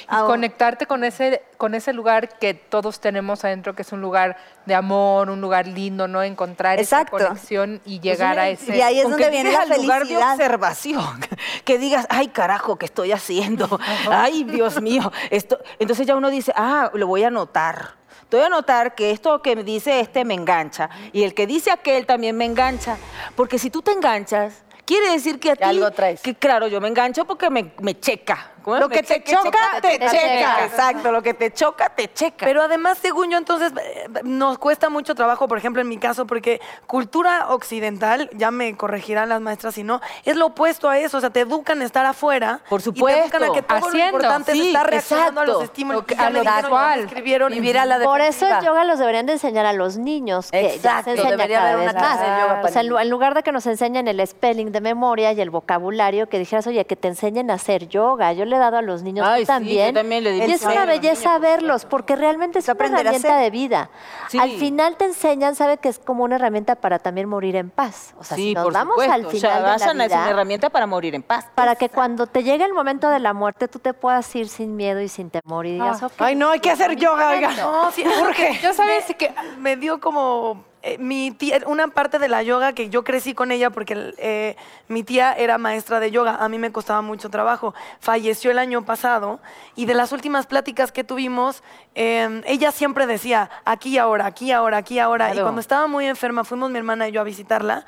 S9: Y
S5: a un-
S9: conectarte con ese, con ese lugar que todos tenemos adentro, que es un lugar de amor, un lugar lindo, ¿no? Encontrar
S5: Exacto.
S9: esa conexión y llegar a ese.
S5: y ahí es
S2: Con
S5: donde
S2: que
S5: viene
S2: llegues
S5: la
S2: al lugar de
S5: felicidad.
S2: observación, que digas, ay carajo, ¿qué estoy haciendo? Ay, Dios mío. Esto... Entonces ya uno dice, ah, lo voy a anotar. Te Voy a anotar que esto que me dice este me engancha y el que dice aquel también me engancha. Porque si tú te enganchas, quiere decir que a ti...
S7: algo traes.
S2: Que, claro, yo me engancho porque me, me checa. ¿Cómo es?
S5: Lo
S2: Me
S5: que te
S2: choca, te, checa.
S3: checa.
S2: Exacto, lo que te choca, te checa.
S8: Pero además, según yo, entonces eh, nos cuesta mucho trabajo, por ejemplo, en mi caso, porque cultura occidental, ya me corregirán las maestras si no, es lo opuesto a eso. O sea, te educan a estar afuera.
S2: Por
S8: Y
S2: supuesto.
S8: te educan a que todo lo
S9: Haciendo,
S8: importante
S2: sí,
S8: es estar reaccionando
S2: exacto.
S8: a los estímulos.
S9: Lo que-
S8: Y ya
S9: a
S8: me
S9: lo
S8: dijeron, ya me
S9: visual.
S8: escribieron.
S7: Vivir a la
S3: Por eso el
S7: defensiva.
S3: yoga los deberían de enseñar a los niños, que ya
S7: Exacto,
S3: se enseña
S7: debería
S3: cada
S7: haber
S3: vez
S7: una clase de
S3: más.
S7: yoga para
S3: O sea, en lu-
S7: niños.
S3: en lugar de que nos enseñen el spelling de memoria y el vocabulario, que dijeras, oye, que te enseñen a hacer yoga. Yo le he dado a los niños
S2: Ay,
S3: tú
S2: sí,
S3: también.
S2: yo también le di
S3: y es
S2: mucho a
S3: una
S2: los
S3: belleza verlos, porque realmente es
S5: Se
S3: una
S5: aprender a
S3: herramienta
S5: hacer.
S3: de vida.
S2: Sí.
S3: Al final te enseñan, sabe que es como una herramienta para también morir en paz. O sea, si nos vamos al
S2: O sea,
S3: final de la
S2: Asana es una
S3: vida,
S2: herramienta para morir en paz.
S3: para que cuando te llegue el momento de la muerte, tú te puedas ir sin miedo y sin temor y digas, ok,
S6: Ay, no, hay que hacer yoga, oiga.
S8: No, sí, urge.
S9: Yo sabes que
S8: me dio como eh, mi tía, una parte de la yoga que yo crecí con ella porque el, eh, mi tía era maestra de yoga, a mí me costaba mucho trabajo. Falleció el año pasado y de las últimas pláticas que tuvimos, eh, ella siempre decía, aquí y ahora, aquí y ahora, aquí y ahora. Y
S2: Claro.
S8: cuando estaba muy enferma, fuimos mi hermana y yo a visitarla.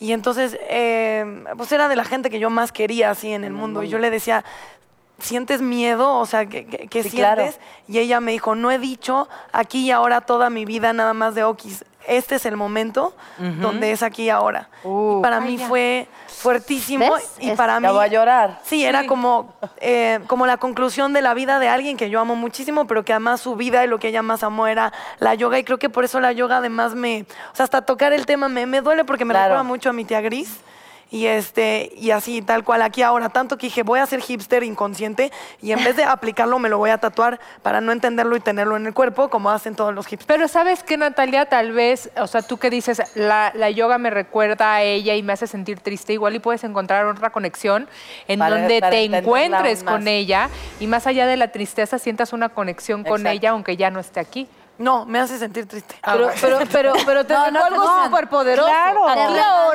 S8: Y entonces, eh, pues era de la gente que yo más quería así en el mundo. Y yo le decía, ¿sientes miedo? O sea, ¿qué, qué- qué
S7: Sí, claro.
S8: sientes? Y ella me dijo, no he dicho aquí y ahora toda mi vida nada más de Okis. Este es el momento donde es aquí y ahora. Y para mí fue fuertísimo.
S3: ¿Ves?
S8: Y
S3: Es-
S8: para mí...
S7: Ya voy a llorar.
S8: Sí, era como, eh, como la conclusión de la vida de alguien que yo amo muchísimo, pero que además su vida y lo que ella más amó era la yoga. Y creo que por eso la yoga además me... O sea, hasta tocar el tema me, me duele porque me
S7: Claro.
S8: recuerda mucho a mi tía Gris. Y, este, y así, tal cual, aquí ahora, tanto que dije, voy a ser hipster inconsciente y en vez de aplicarlo me lo voy a tatuar para no entenderlo y tenerlo en el cuerpo como hacen todos los hipsters.
S9: Pero sabes que Natalia, tal vez, o sea, tú que dices, la, la yoga me recuerda a ella y me hace sentir triste, igual y puedes encontrar otra conexión en
S7: Para-
S9: donde
S7: para
S9: te
S7: entenderla
S9: encuentres
S7: aún más.
S9: con ella y más allá de la tristeza sientas una conexión con
S7: Exacto.
S9: ella, aunque ya no esté aquí.
S8: No, me hace sentir triste.
S9: Ah,
S2: Pero, pero, pero, pero te
S3: No,
S2: dejó
S3: no,
S2: algo
S3: no.
S2: súper poderoso.
S3: Claro.
S2: Aquí
S3: Te
S2: ahora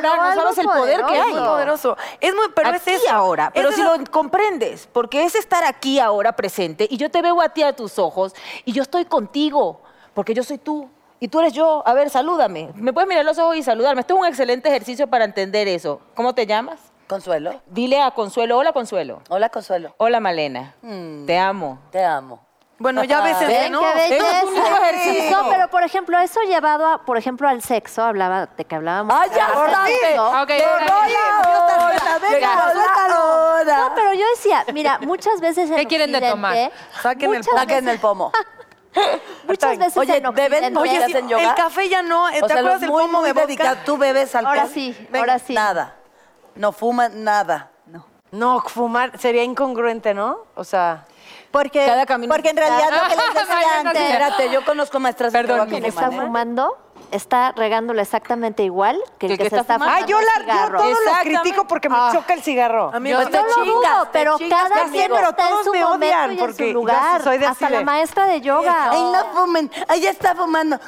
S3: regaló
S2: no
S3: algo
S2: sabes el poder que hay.
S8: Es muy poderoso. Es muy, pero
S2: aquí
S8: es eso.
S2: ahora. Pero
S8: Es
S2: si
S8: esa-
S2: lo comprendes, porque es estar aquí ahora presente y yo te veo a ti a tus ojos y yo estoy contigo, porque yo soy tú. Y tú eres yo. A ver, salúdame. Me puedes mirar los ojos y saludarme. Esto es un excelente ejercicio para entender eso. ¿Cómo te llamas?
S7: Consuelo.
S2: Dile a Consuelo. Hola, Consuelo.
S7: Hola, Consuelo.
S2: Hola, Malena.
S7: Mm.
S2: Te amo.
S7: Te amo.
S8: Bueno, ya a veces
S3: ¿Ven
S8: no.
S3: qué belleza?
S2: es un nuevo ejercicio.
S3: No, pero por ejemplo, eso llevado, a, por ejemplo, al sexo, hablaba de que hablábamos.
S7: ¡Ay, ya
S3: Ahora
S7: está!
S3: sí, ¿no?
S9: Ok, ahora sí.
S7: ¡Venga,
S3: No, pero yo decía, mira, muchas veces en
S9: ¿Qué quieren de
S3: Occidente,
S9: tomar?
S7: Saquen el,
S3: muchas
S7: saquen el pomo.
S3: Muchas veces
S7: Oye,
S3: en
S7: ¿beben?
S3: Occidente-
S7: Oye,
S8: Oye,
S7: ¿Te
S8: sí,
S7: hacen yoga?
S8: el café ya no. ¿Te
S7: O sea,
S8: acuerdas
S7: los
S8: del
S7: muy,
S8: pomo
S7: muy
S8: de vodka?
S7: dedicados. Tú bebes alcohol.
S3: Ahora sí,
S7: Ven,
S3: ahora sí.
S7: Nada. No fumas nada.
S6: No, fumar sería incongruente, ¿no? O sea,
S5: Porque,
S2: Cada camino
S5: porque en
S2: es-
S5: realidad lo que les decía
S9: Mariana,
S5: antes...
S7: Espérate, yo conozco maestras
S9: Perdón,
S7: que
S3: que
S7: no
S3: está
S7: fuman, ¿eh?
S3: fumando está regándola exactamente igual que el que, se está fumando.
S6: ay, yo, la, yo
S3: cigarro.
S6: todos los
S2: Exactamente.
S6: critico porque me choca el cigarro.
S8: Ah. A mí
S3: Yo
S8: me
S3: no lo dudo, pero cada
S6: conmigo.
S3: quien
S6: Pero
S3: está en
S6: todos
S3: su
S6: me
S3: momento
S6: odian
S3: y en
S6: porque
S3: su
S6: yo sí
S3: lugar.
S6: soy de
S3: Hasta la
S6: Chile.
S3: maestra de yoga.
S7: Ay, no fumen. Ahí está fumando.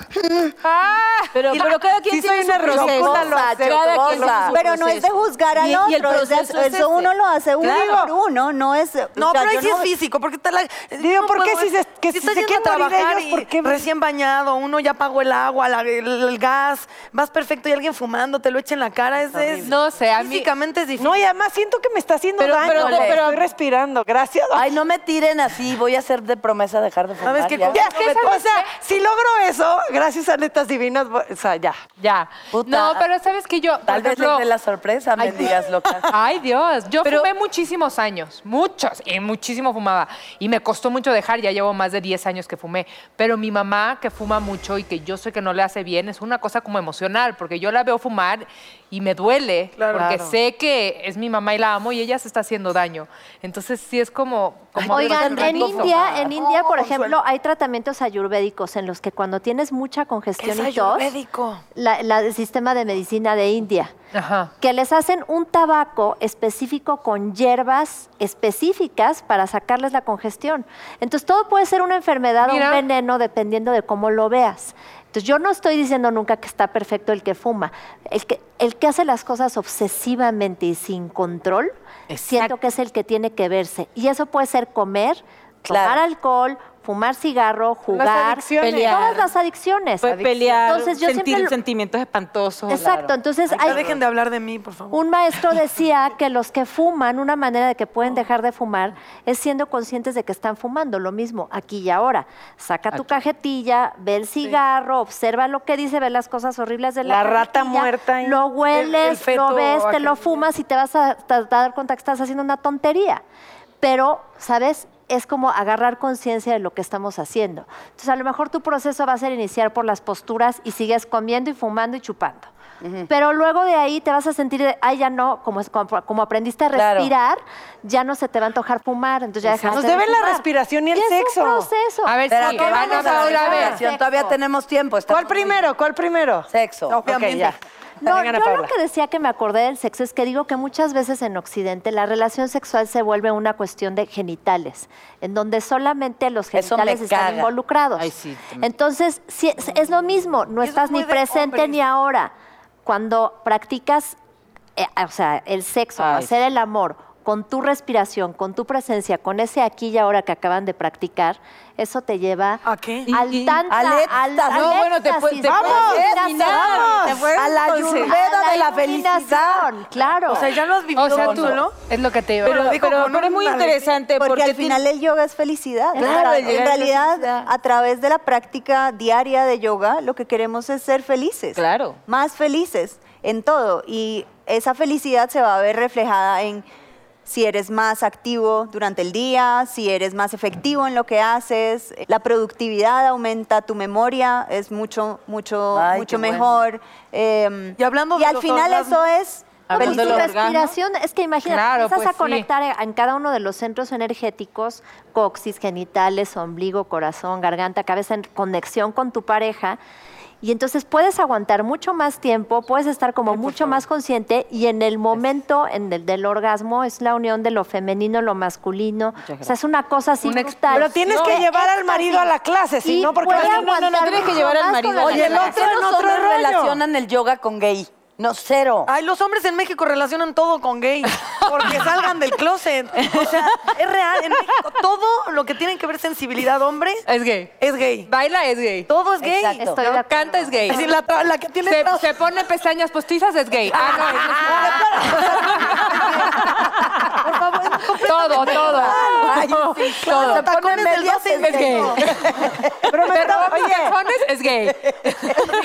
S9: Ah,
S2: Pero, pero cada quien
S6: Sí,
S2: tiene
S6: soy una
S2: su proceso.
S6: rocosa, lo
S2: cada
S6: acepto,
S2: quien tiene su
S5: Pero no es de
S2: proceso.
S5: juzgar al
S2: Y-
S5: otro,
S2: y el
S5: es de-
S2: proceso
S5: eso
S2: es este.
S5: uno lo hace uno
S2: Claro.
S5: por uno, no es...
S8: No,
S5: o sea,
S8: pero ahí
S5: yo
S8: sí es
S5: no-
S8: físico, porque está la.
S6: Digo, ¿por qué si se- que si
S8: estás
S6: se
S8: yendo
S6: quieren
S8: a
S6: morir
S8: trabajar
S6: ellos,
S8: y
S6: por qué?
S8: Recién bañado, uno ya pagó el agua, la- el, el gas, vas perfecto y alguien fumando, te lo echa en la cara. Es, es-
S9: No sé, a mí-
S8: Físicamente es difícil.
S6: No, y además siento que me está haciendo
S2: Pero-
S6: daño.
S2: pero-
S6: le
S2: pero-
S6: estoy respirando, gracias.
S7: Ay, no me tiren así. Voy a hacer de promesa dejar de fumar.
S8: ¿Sabes qué?
S7: ya.
S8: ¿Cómo
S6: Ya,
S8: no me
S6: o sea, si logro eso, gracias a netas divinas, voy- o sea, ya.
S9: Ya.
S7: Puta.
S9: No, pero sabes que yo. por
S7: Tal vez les
S9: ejemplo-
S7: dé la sorpresa,
S9: Ay.
S7: mendigas locas.
S9: Ay, Dios. Yo
S8: Pero-
S9: fumé muchísimos años, muchos, y muchísimo fumaba. Y me costó mucho dejar, ya llevo más de 10 años que fumé. Pero mi mamá, que fuma mucho y que yo sé que no le hace bien, es una cosa como emocional, porque yo la veo fumar y me duele,
S8: Claro.
S9: porque
S8: Claro.
S9: sé que es mi mamá y la amo y ella se está haciendo daño. Entonces sí es como... como
S3: Oigan,
S9: algo
S3: en
S9: rico fumar.
S3: India, en India, por ejemplo, hay tratamientos ayurvédicos en los que cuando tienes mucha congestión
S8: Es
S3: y tos,
S8: ayurvédico.
S3: la- la- el sistema de medicina de India,
S9: Ajá.
S3: que les hacen un tabaco específico con hierbas específicas para sacarles la congestión. Entonces todo puede ser una enfermedad
S9: Mira.
S3: o un veneno dependiendo de cómo lo veas. Entonces yo no estoy diciendo nunca que está perfecto el que fuma. El que, el que hace las cosas obsesivamente y sin control, siento que es el que tiene que verse. Y eso puede ser comer, tomar
S7: Claro.
S3: alcohol, fumar cigarro, jugar,
S6: adicciones.
S2: Pelear.
S3: todas las adicciones.
S2: Pues pelear,
S3: Entonces yo
S2: sentir
S3: siempre... lo-
S2: sentimientos espantosos.
S3: Exacto, entonces
S8: Ya
S3: hay,
S8: dejen de hablar de mí, por favor.
S3: un maestro decía que los que fuman, una manera de que pueden dejar de fumar es siendo conscientes de que están fumando, lo mismo aquí y ahora. Saca tu cajetilla, ve el cigarro, observa lo que dice, ve las cosas horribles de la
S6: La rata
S3: cajetilla,
S6: muerta ahí,
S3: Lo
S8: el- el
S3: hueles,
S8: feto
S3: lo ves, te lo
S8: aquel.
S3: fumas y te vas a, a dar cuenta que estás haciendo una tontería. Pero, ¿sabes? Es como agarrar conciencia de lo que estamos haciendo. Entonces, a lo mejor tu proceso va a ser iniciar por las posturas y sigues comiendo y fumando y chupando. Pero luego de ahí te vas a sentir, de, ay, ya no, como, es- como, como aprendiste a
S7: Claro.
S3: respirar, ya no se te va a antojar fumar. Entonces ya dejaste
S6: Nos
S3: de
S6: deben la
S3: fumar.
S6: respiración y el
S3: es
S6: sexo.
S3: Un proceso.
S9: A ver,
S5: Pues
S7: Espera,
S9: sí,
S7: que
S9: vamos
S7: vamos a
S9: ahora
S7: la
S9: a ver.
S7: respiración. Todavía tenemos tiempo. estamos-
S6: ¿Cuál primero? ¿Cuál primero?
S7: Sexo.
S6: Ok,
S7: Obviamente.
S6: ya.
S3: No,
S6: Vengan
S3: yo
S6: a
S3: lo
S6: Paula.
S3: que decía que me acordé del sexo es que digo que muchas veces en Occidente la relación sexual se vuelve una cuestión de genitales, en donde solamente los
S7: Eso me
S3: genitales están
S7: caga.
S3: involucrados.
S2: Ay, sí, te-
S3: Entonces, sí, es, es lo mismo, no
S8: Eso es
S3: estás
S8: muy
S3: ni
S8: de
S3: presente
S8: hombres.
S3: ni ahora. Cuando practicas, eh, o sea, el sexo,
S2: Ay,
S3: hacer el amor con tu respiración, con tu presencia, con ese aquí y ahora que acaban de practicar, eso te lleva
S8: ¿A qué?
S3: al
S2: Y- y-
S3: tanta,
S7: al
S3: al,
S7: éxtasis.
S3: al
S2: No, bueno, te
S3: éxtasis,
S2: puede- te
S3: ¿no?
S2: puede
S3: Llegas a-
S2: iluminar. Te
S7: A la ayurveda de la felicidad.
S3: iluminación, Claro.
S8: O sea, ya lo has vivido,
S9: O sea, tú,
S8: ¿no?
S9: es lo que te iba
S8: Pero
S2: Pero,
S8: digo,
S2: pero-
S8: con
S2: pero es
S8: un
S2: muy
S8: maletín,
S2: interesante
S5: Porque, al
S2: tiene-
S5: final el yoga es felicidad.
S2: Claro, el yoga
S5: en
S2: es
S5: realidad,
S2: felicidad.
S5: a través de la práctica diaria de yoga, lo que queremos es ser felices.
S2: Claro.
S5: Más felices en todo. Y esa felicidad se va a ver reflejada en si eres más activo durante el día, si eres más efectivo en lo que haces, la productividad aumenta, tu memoria es mucho, mucho,
S7: Ay,
S5: mucho
S7: qué bueno.
S5: mejor. eh,
S8: Y hablando
S5: y
S8: de
S5: al
S8: los
S5: final
S8: orgasmos.
S5: eso es
S2: Hablando de
S3: pues, tu
S2: los
S5: felicidad.
S2: orgasmos.
S3: respiración, es que imagínate,
S9: Claro,
S3: empiezas
S9: pues,
S3: a
S9: sí.
S3: conectar en- en cada uno de los centros energéticos, coxis, genitales, ombligo, corazón, garganta, cabeza, en conexión con tu pareja. Y entonces puedes aguantar mucho más tiempo, puedes estar como mucho más consciente y en el momento en el del orgasmo es la unión de lo femenino, lo masculino. O sea, es una cosa así.
S9: Una
S3: brutal.
S6: Pero tienes que
S3: De
S6: llevar al
S3: éxtasis.
S6: marido a la clase, si
S3: Y
S6: no, porque
S3: puede
S6: no, no, no, no,
S3: aguantar
S6: tienes que
S3: mucho
S6: llevar al
S3: más
S6: marido
S3: con
S6: a la
S7: Oye, el
S6: clase.
S7: otro, en
S6: Otro
S7: otro
S6: rollo.
S7: relacionan el yoga con gay. No, cero.
S8: Ay, los hombres en México relacionan todo con gay, porque salgan del closet. O sea, es real, en México todo lo que tiene que ver sensibilidad hombre
S9: Es gay.
S8: es gay.
S9: Baila es gay.
S8: Todo es gay.
S3: Exacto. Estoy
S9: ¿no?
S3: de acuerdo.
S9: Canta es gay.
S8: Es decir, la, tra- la que tiene
S9: se,
S8: trauma.
S9: se pone pestañas postizas es gay. Ah, no, eso es- todo, todo. todo.
S7: Se pone
S8: Tacones del
S7: medias
S8: 12 es
S7: es
S8: gay.
S7: gay.
S9: Pero me calzones es gay.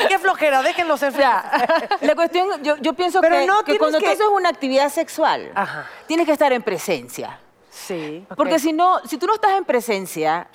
S8: Qué flojera, déjenlos en
S2: Ya. La cuestión, yo, yo pienso
S6: Pero
S2: que,
S6: no
S2: que
S6: tienes
S2: cuando
S6: que-
S2: tú haces una actividad sexual,
S6: Ajá.
S2: tienes que estar en presencia.
S6: Sí.
S2: Porque si no, si tú no estás en presencia,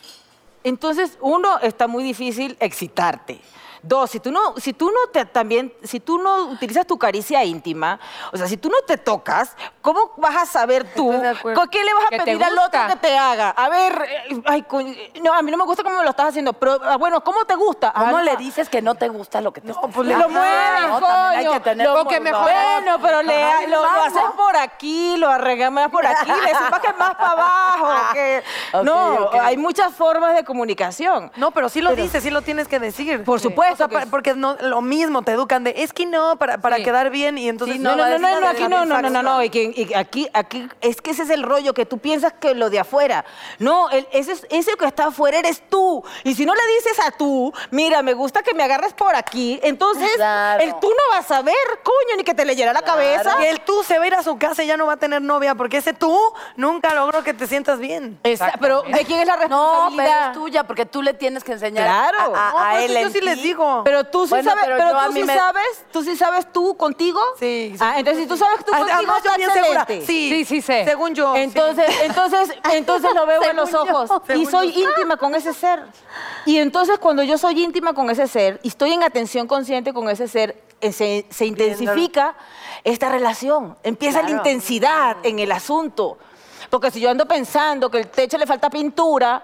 S2: entonces uno está muy difícil excitarte. Dos, si tú no, si tú no te, también, si tú no utilizas tu caricia íntima, o sea, si tú no te tocas, ¿cómo vas a saber tú
S9: Estoy de acuerdo.
S2: con qué le vas
S9: Que
S2: a
S9: te
S2: pedir al otro
S9: gusta.
S2: que te haga? A ver, eh, ay, coño, no, a mí no me gusta cómo me lo estás haciendo, pero ah, bueno, ¿cómo te gusta? Ah,
S7: ¿Cómo
S2: no.
S7: le dices que no te gusta lo que te No,
S2: Pues
S8: Ah,
S2: le lo mueves, coño. Lo-
S9: porque mejor-
S2: Bueno, pero le,
S7: Ay,
S2: lo, lo
S7: vamos.
S2: haces por aquí, lo arregamas por aquí, le que más para abajo. que-
S7: Ok,
S2: no,
S7: ok.
S2: hay muchas formas de comunicación.
S8: No, pero sí lo dices, sí lo tienes que decir.
S2: Por
S8: Sí.
S2: supuesto
S8: O sea,
S2: que
S8: pa-
S2: es-
S8: porque no, lo mismo te educan de, es que no, para, para
S9: Sí.
S8: quedar bien y entonces...
S2: no, no, no, no, no, aquí no, no, no, no, no,
S8: no.
S2: y, que- y aquí, aquí, es que ese es el rollo que tú piensas que lo de afuera. No, el- ese, es- ese que está afuera eres tú. Y si no le dices a tú, mira, me gusta que me agarres por aquí, entonces
S7: Claro.
S2: el tú no vas a ver, coño, ni que te leyera la cabeza.
S8: Y el tú se va a ir a su casa y ya no va a tener novia, porque ese tú nunca logró que te sientas bien.
S2: Esa- pero ¿de quién es la
S7: No,
S2: responsabilidad?
S7: pero es tuya, porque tú le tienes que enseñar
S2: Claro.
S7: a, a-
S8: No,
S7: a
S8: pero
S7: él.
S8: sí, yo
S7: en
S8: sí les
S7: ti.
S8: digo.
S2: Pero tú sí
S7: Bueno,
S2: sabes,
S7: pero
S2: pero,
S7: yo a
S2: tú
S7: mí
S2: sí
S7: me-
S2: sabes, tú sí sabes tú contigo.
S8: Sí, sí,
S2: Ah, entonces si tú sabes tú
S8: Ad-
S2: contigo
S8: Además, yo
S2: está
S8: bien segura.
S2: excelente.
S8: Sí,
S9: Sí, sí sé.
S8: Según yo. sí.
S2: Entonces, entonces, entonces lo veo en los ojos y soy íntima con ese ser. Y entonces cuando yo soy íntima con ese ser y estoy en atención consciente con ese ser, eh, se, se intensifica esta relación. Empieza la intensidad en el asunto. Porque si yo ando pensando que el techo le falta pintura,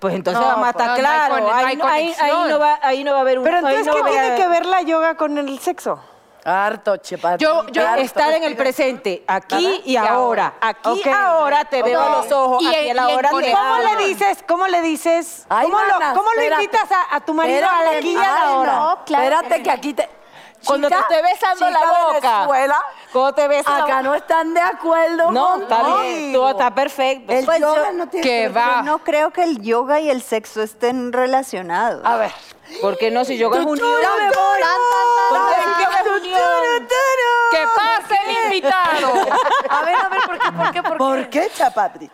S2: pues entonces
S9: No,
S2: vamos a
S9: pues,
S2: estar
S9: no, no hay
S2: claro.
S9: conex- no hay
S2: ahí, no, ahí- ahí
S9: conexión.
S2: no va, ahí no va a haber un...
S6: Pero
S2: ahí
S6: entonces,
S2: no
S6: ¿qué
S2: va a haber-
S6: tiene que ver la yoga con el sexo?
S7: Harto, chepa.
S9: Yo- yo
S7: harto.
S2: estar en el presente, aquí y ahora. Aquí
S6: Ok.
S2: ahora te veo a los ojos,
S9: Y en-
S2: aquí a la
S9: y en
S2: hora te
S9: conexión.
S6: ¿Cómo
S2: hablo.
S6: le dices? ¿Cómo le dices?
S7: Ay,
S6: ¿Cómo,
S7: mana,
S6: lo, cómo lo
S7: espérate.
S6: invitas a, a tu marido a la
S7: Espérate,
S6: aquí y a la
S7: ay,
S6: hora?
S7: no,
S3: claro.
S7: Espérate que aquí te...
S2: Cuando te
S7: Chica-
S2: estoy besando la
S7: chica
S2: boca.
S7: Venezuela,
S2: Cuando te beso la
S7: acá
S2: boca.
S7: no están de acuerdo
S2: No, está
S7: contigo.
S2: bien. Todo está perfecto.
S5: El
S7: Pues
S5: yoga
S7: yo-
S5: no tiene
S9: que
S5: ver-
S9: va.
S5: yo no creo que el yoga y el sexo estén relacionados.
S7: A ver.
S2: ¿Por qué no? Si yo es unión.
S7: Ya me voy.
S2: ¿Por qué si yoga es unión?
S9: ¡Que pase el invitado!
S7: A ver, a ver, ¿por qué, por qué, por qué? ¿Por qué, Chapatri?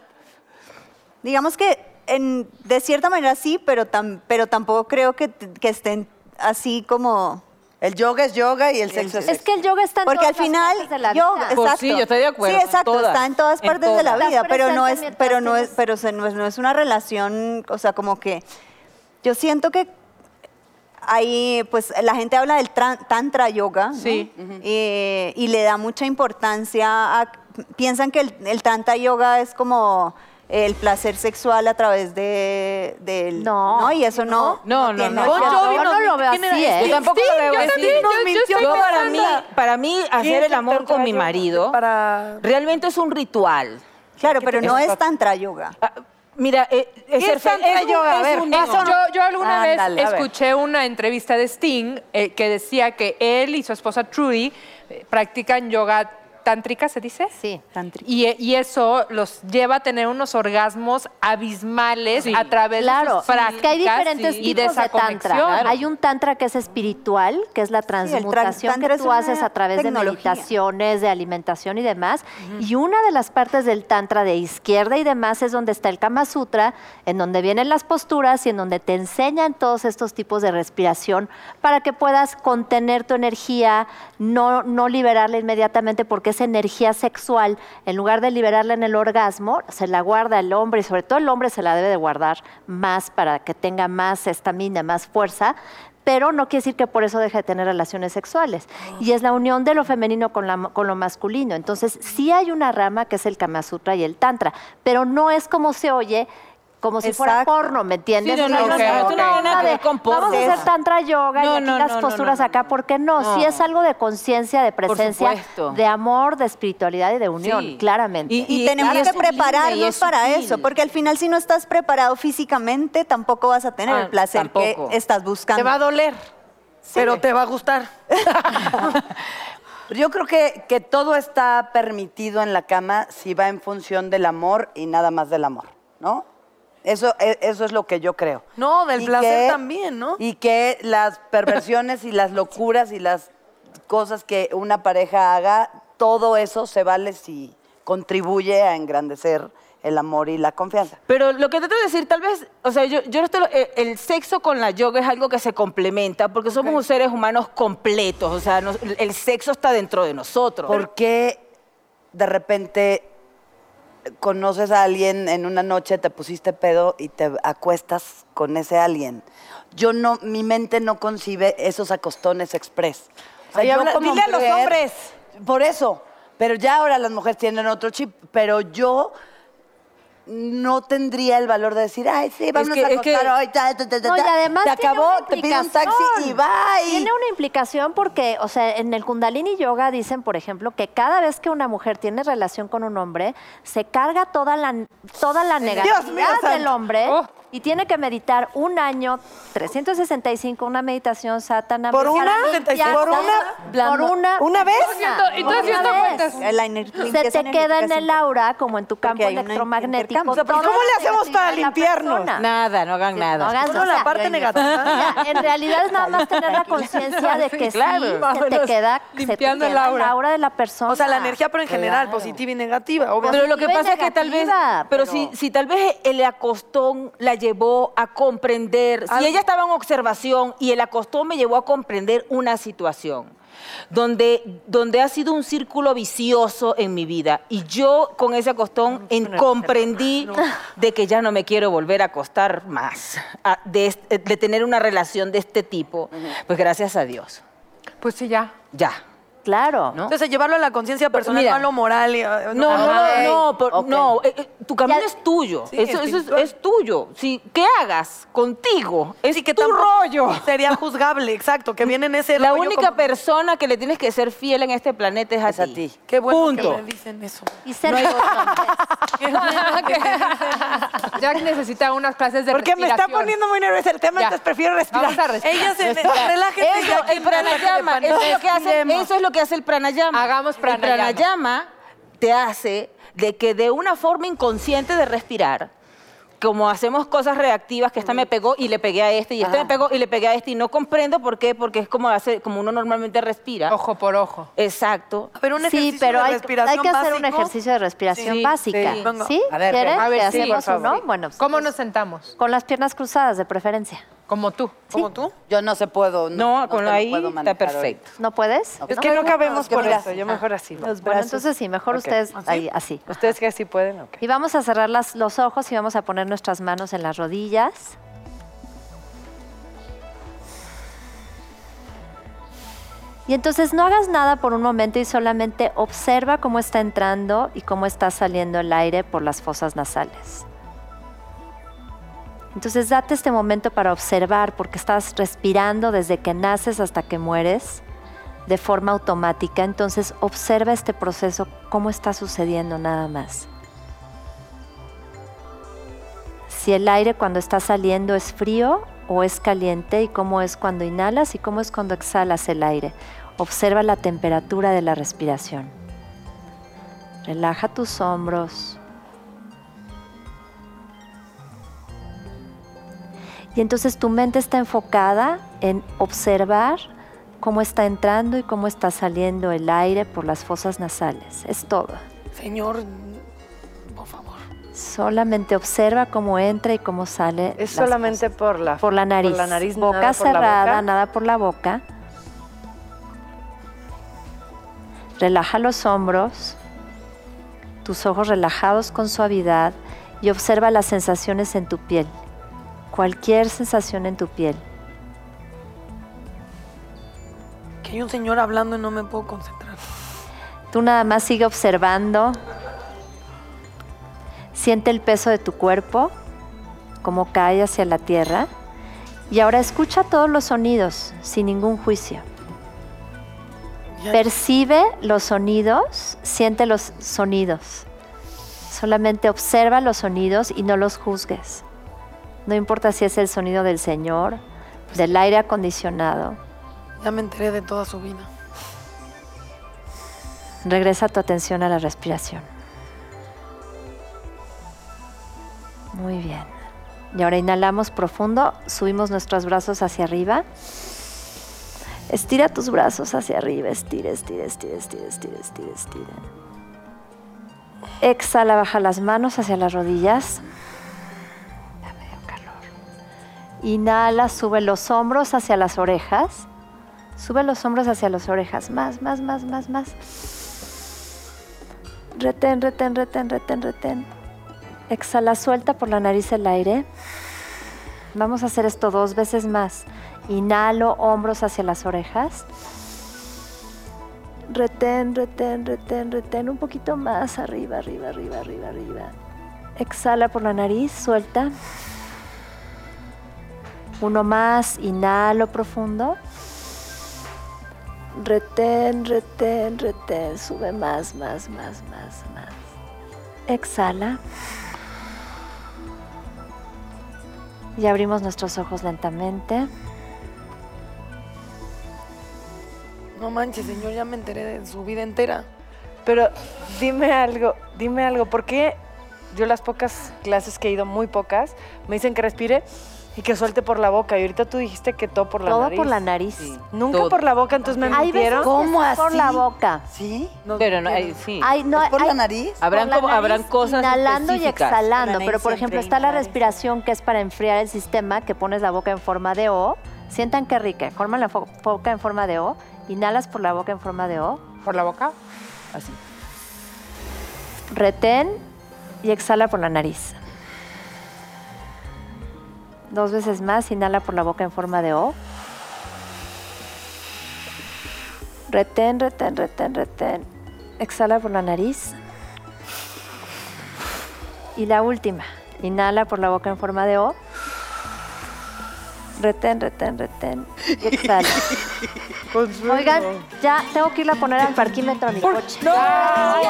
S5: Digamos que en, de cierta manera sí, pero, tam- pero tampoco creo que, t- que estén así como...
S7: El yoga es yoga y el sexo es
S3: Es
S7: sexo.
S3: que el yoga está en
S5: Porque al
S3: todas las
S5: final,
S3: partes de la
S5: yo,
S3: vida.
S5: exacto.
S2: Pues sí, yo estoy de acuerdo,
S5: Sí, exacto,
S2: en todas,
S5: está en todas
S2: en
S5: partes de la
S2: todas.
S5: vida,
S3: Estás
S5: pero no es,
S3: presente mientras
S5: pero no es,
S3: tienes-
S5: pero se- no es, no es una relación, o sea, como que yo siento que ahí, pues la gente habla del tran- tantra yoga, ¿no?
S9: Sí.
S5: Eh, y le da mucha importancia a, piensan que el, el tantra yoga es como el placer sexual a través de del
S3: No.
S5: y eso no
S9: No, no,
S5: tiene
S9: no.
S5: nada
S3: Bon
S5: que ver.
S3: Jovi no lo veo así, ¿eh?
S2: Yo tampoco lo veo así.
S9: también, yo- yo estoy
S2: Yo para mí,
S9: pensando.
S2: para mí, hacer el amor con mi marido
S8: Para...
S2: realmente es un ritual.
S5: claro pero no es tantra yoga
S2: Ah, Mira, eh, es
S6: ¿Qué
S2: ser
S6: es tantra
S2: feliz.
S6: yoga? A ver,
S2: unión.
S9: Yo, yo alguna
S7: Ándale, a
S9: vez
S7: ver.
S9: escuché una entrevista de Sting eh, que decía que él y su esposa Trudy eh, practican yoga tántrica, ¿se dice?
S3: Sí.
S9: Y, e- y eso los lleva a tener unos orgasmos abismales a través de
S3: Claro,
S9: sus
S3: es
S9: prácticas
S3: que hay diferentes
S9: y- y de
S3: tipos de,
S9: esa
S3: tantra.
S9: conexión.
S3: Hay un tantra que es espiritual, que es la transmutación
S5: tantra
S3: que
S5: es
S3: tú
S5: una
S3: haces a través de
S5: tecnología.
S3: meditaciones, de alimentación y demás. Y una de las partes del tantra de izquierda y demás es donde está el Kama Sutra, en donde vienen las posturas y en donde te enseñan todos estos tipos de respiración para que puedas contener tu energía, no, no liberarla inmediatamente porque esa energía sexual, en lugar de liberarla en el orgasmo, se la guarda el hombre y sobre todo el hombre se la debe de guardar más para que tenga más estamina, más fuerza, pero no quiere decir que por eso deje de tener relaciones sexuales. Y es la unión de lo femenino con, la- con lo masculino. Entonces, sí hay una rama que es el Kama Sutra y el Tantra, pero no es como se oye como si fuera
S5: Exacto.
S3: porno, ¿me entiendes?
S2: Sí, no, no,
S3: es
S2: no,
S3: una
S2: no, no tiene nada que ver con porno.
S3: Vamos a hacer tantra yoga
S2: No,
S3: y aquí
S2: no,
S3: las
S2: no, no,
S3: posturas
S2: no, no.
S3: acá, ¿por qué no?
S2: No.
S3: Sí es algo de conciencia, de presencia,
S2: supuesto.
S3: de amor, de espiritualidad y de unión,
S2: Sí.
S3: claramente.
S2: Y-
S5: Y, tenemos
S2: claro,
S5: que
S2: es sublime y
S5: prepararnos
S2: es
S5: para
S2: sutil.
S5: eso, porque al final si no estás preparado físicamente, tampoco vas a tener
S2: Ah,
S5: el placer
S2: tampoco.
S5: que estás buscando.
S8: Te va a doler, pero te va a gustar.
S7: Yo creo que, que todo está permitido en la cama si va en función del amor y nada más del amor, ¿no? Eso, e- eso es lo que yo creo.
S8: No, del placer también, ¿no?
S7: Y que las perversiones y las locuras y las cosas que una pareja haga, todo eso se vale si contribuye a engrandecer el amor y la confianza.
S2: Pero lo que trato de decir, tal vez, o sea, yo, yo no estoy- el, el sexo con la yoga es algo que se complementa, porque somos seres humanos completos, o sea, nos- el sexo está dentro de nosotros.
S7: ¿Por qué de repente conoces a alguien en una noche, te pusiste pedo y te acuestas con ese alguien? Yo no, mi mente no concibe esos acostones express. O sea,
S8: Ay,
S7: yo
S8: habla-
S7: como
S8: dile a los
S7: mujer-
S8: hombres.
S7: Por eso. Pero ya ahora las mujeres tienen otro chip. Pero yo no tendría el valor de decir, ay, sí, vamos
S2: que-
S7: a
S2: es que-
S7: acostar hoy. ta, ta, ta, ta,
S3: No, y
S7: ta".
S3: además
S7: Te
S3: tiene
S7: acabó,
S3: una
S7: te pido un taxi
S3: implicación.
S7: y bye.
S3: Tiene una implicación porque, o sea, en el Kundalini Yoga dicen, por ejemplo, que cada vez que una mujer tiene relación con un hombre, se carga toda la, toda la negatividad
S7: mío,
S3: del
S7: santo.
S3: hombre
S9: Oh.
S3: y tiene que meditar un año, 365, una meditación satana.
S7: ¿Por una?
S3: ¿Por
S7: ¿Por
S3: una?
S7: una?
S3: ¿Por una?
S7: ¿Una vez?
S3: persona.
S9: Y tú
S3: Una
S9: haciendo
S3: vez.
S9: cuentas.
S5: El aire-
S3: Se
S5: limpieza
S3: te queda en
S5: energética
S3: el
S5: es
S3: aura, como en tu
S5: Porque
S3: campo
S5: hay un
S3: electromagnético.
S5: intercambio. O sea,
S7: ¿pero
S3: toda
S7: cómo
S3: la
S7: le hacemos
S3: negatividad de
S7: para
S3: la
S7: limpiarnos?
S3: persona.
S2: Nada, no hagan nada.
S3: No hagas,
S7: Solo
S3: o sea,
S7: la parte negativa.
S3: Mira, en realidad es nada más tener la conciencia de que
S2: Claro.
S3: sí, se te
S9: Vámonos,
S3: queda, se te
S9: limpiando el
S3: queda
S9: aura.
S3: de la persona.
S8: O sea,
S7: Ah,
S8: la energía, pero en general, positiva y negativa, obviamente.
S2: Pero lo que
S3: positiva y
S2: pasa es que tal vez,
S3: negativa,
S2: pero,
S3: pero-
S2: Si, si tal vez el acostón la llevó a comprender, si
S8: Algo.
S2: ella estaba en observación y el acostón me llevó a comprender una situación. Donde, donde ha sido un círculo vicioso en mi vida. Y yo con ese acostón en- comprendí de que ya no me quiero volver a acostar más, a- de, est- de tener una relación de este tipo. Pues gracias a Dios.
S9: Pues sí, ya.
S2: Ya.
S3: Claro.
S2: ¿no?
S8: Entonces, llevarlo a la conciencia personal,
S2: Mira.
S8: no a lo moral. y, eh,
S2: No, no,
S8: Ajá.
S2: no, no, por- no, eh, eh, tu camino
S3: Ya-
S2: es tuyo.
S8: Sí,
S2: eso eso es,
S8: espiritual.
S2: es tuyo. Si, ¿Qué hagas contigo? Es
S8: Sí, que
S2: tu
S8: tampoco
S2: rollo.
S8: Sería juzgable, exacto, que viene en ese
S2: La
S8: rollo
S2: única
S8: como-
S2: persona que le tienes que ser fiel en este planeta es a,
S7: Es a ti.
S8: Qué bueno
S2: Punto.
S8: que me dicen eso.
S3: Y ser congruente.
S9: Jack necesita unas clases de
S10: Porque me está
S9: respiración.
S10: poniendo muy nerviosa el tema,
S9: Ya.
S10: entonces prefiero respirar.
S9: Vamos a respirar.
S8: Ella se relájese.
S2: Eso,
S3: eh,
S2: el pranayama, eso es, lo que hace, eso es lo que hace el pranayama.
S9: Hagamos
S2: El
S9: pranayama.
S2: pranayama te hace de que de una forma inconsciente de respirar, como hacemos cosas reactivas, que esta me pegó y le pegué a este, y esta me pegó y le pegué a este, y no comprendo por qué, porque es como, hace, como uno normalmente respira.
S9: Ojo por ojo.
S2: Exacto.
S8: Pero un ejercicio
S3: Sí, pero
S8: de
S3: hay, hay
S8: respiración
S3: que hacer un
S8: básico.
S3: ejercicio de respiración
S2: Sí,
S3: básica.
S2: sí.
S8: Venga.
S3: ¿Sí?
S7: A ver,
S3: ¿Quieres?
S9: a ver,
S3: ¿Te
S9: sí,
S3: hacemos
S9: por favor.
S3: uno? Bueno, pues,
S9: ¿Cómo nos sentamos?
S3: con las piernas cruzadas, de preferencia.
S9: Como tú.
S7: ¿Como tú? Yo no se puedo.
S2: No,
S7: se
S2: con
S7: lo
S2: ahí
S7: puedo
S2: está
S7: manejar
S2: perfecto.
S3: ¿No puedes?
S7: Ok.
S10: Es que no cabemos
S7: Es que
S10: por
S7: mira,
S10: eso, yo mejor así.
S3: Bueno, entonces sí, mejor ustedes ahí, así.
S10: ¿Ah, ¿Ustedes que sí pueden? Ok.
S3: Y vamos a cerrar las- los ojos y vamos a poner nuestras manos en las rodillas. Y entonces no hagas nada por un momento y solamente observa cómo está entrando y cómo está saliendo el aire por las fosas nasales. Entonces date este momento para observar porque estás respirando desde que naces hasta que mueres de forma automática. Entonces observa este proceso, cómo está sucediendo nada más. Si el aire cuando está saliendo es frío o es caliente y cómo es cuando inhalas y cómo es cuando exhalas el aire. Observa la temperatura de la respiración. Relaja tus hombros. Y entonces tu mente está enfocada en observar cómo está entrando y cómo está saliendo el aire por las fosas nasales. Es todo.
S8: Señor, por favor.
S3: Solamente observa cómo entra y cómo sale.
S10: Es
S3: las
S10: solamente por la,
S3: por la nariz.
S10: Por la nariz,
S3: boca
S10: nada por la
S3: cerrada,
S10: boca.
S3: nada por la boca. Relaja los hombros, tus ojos relajados con suavidad y observa las sensaciones en tu piel. Cualquier sensación en tu piel.
S8: Que hay un señor hablando y no me puedo concentrar.
S3: Tú nada más sigue observando. Siente el peso de tu cuerpo. como cae hacia la tierra. Y ahora escucha todos los sonidos sin ningún juicio. Percibe los sonidos, siente los sonidos. Solamente observa los sonidos y no los juzgues. No importa si es el sonido del Señor, del aire acondicionado.
S8: Ya me enteré de toda su vida.
S3: Regresa tu atención a la respiración. Muy bien. Y ahora inhalamos profundo, subimos nuestros brazos hacia arriba. Estira tus brazos hacia arriba, estira, estira, estira, estira, estira, estira, estira. Exhala, baja las manos hacia las rodillas. Inhala, sube los hombros hacia las orejas. Sube los hombros hacia las orejas. Más, más, más, más, más. Retén, retén, retén, retén, retén. Exhala, suelta por la nariz el aire. Vamos a hacer esto dos veces más. Inhalo, hombros hacia las orejas. Retén, retén, retén, retén. Un poquito más arriba, arriba, arriba, arriba, arriba. Exhala por la nariz, suelta. Uno más, inhalo profundo. Retén, retén, retén. Sube más, más, más, más, más. Exhala. Y abrimos nuestros ojos lentamente.
S8: No manches, señor, ya me enteré de su vida entera.
S10: Pero dime algo, dime algo, ¿por qué yo las pocas clases que he ido, muy pocas, me dicen que respire y que suelte por la boca? Y ahorita tú dijiste que todo por la
S3: Todo
S10: nariz.
S3: por la nariz.
S10: Nunca
S2: Todo.
S10: por la boca, entonces me
S3: Hay veces
S10: mintieron.
S3: que es por la boca.
S7: ¿Sí?
S2: Pero no, eh, sí.
S3: Hay- no,
S7: ¿Es por la
S3: hay-
S7: nariz?
S3: por
S2: Habrán
S3: la
S2: como-
S3: nariz,
S2: habrán cosas
S3: Inhalando
S2: específicas.
S3: y exhalando,
S7: La nariz
S3: pero por
S7: siempre
S3: ejemplo está la
S7: inhalar, exhalar.
S3: respiración que es para enfriar el sistema, que pones la boca en forma de O. Sientan qué rica, forman la fo- boca en forma de O. Inhalas por la boca en forma de O.
S9: ¿Por la boca?
S2: Así.
S3: Retén y exhala por la nariz. Dos veces más, inhala por la boca en forma de O. Retén, retén, retén, retén. Exhala por la nariz. Y la última, inhala por la boca en forma de O. Retén, retén, retén. Y exhala. Oigan, ya tengo que ir a poner al parquímetro a mi coche. Ay,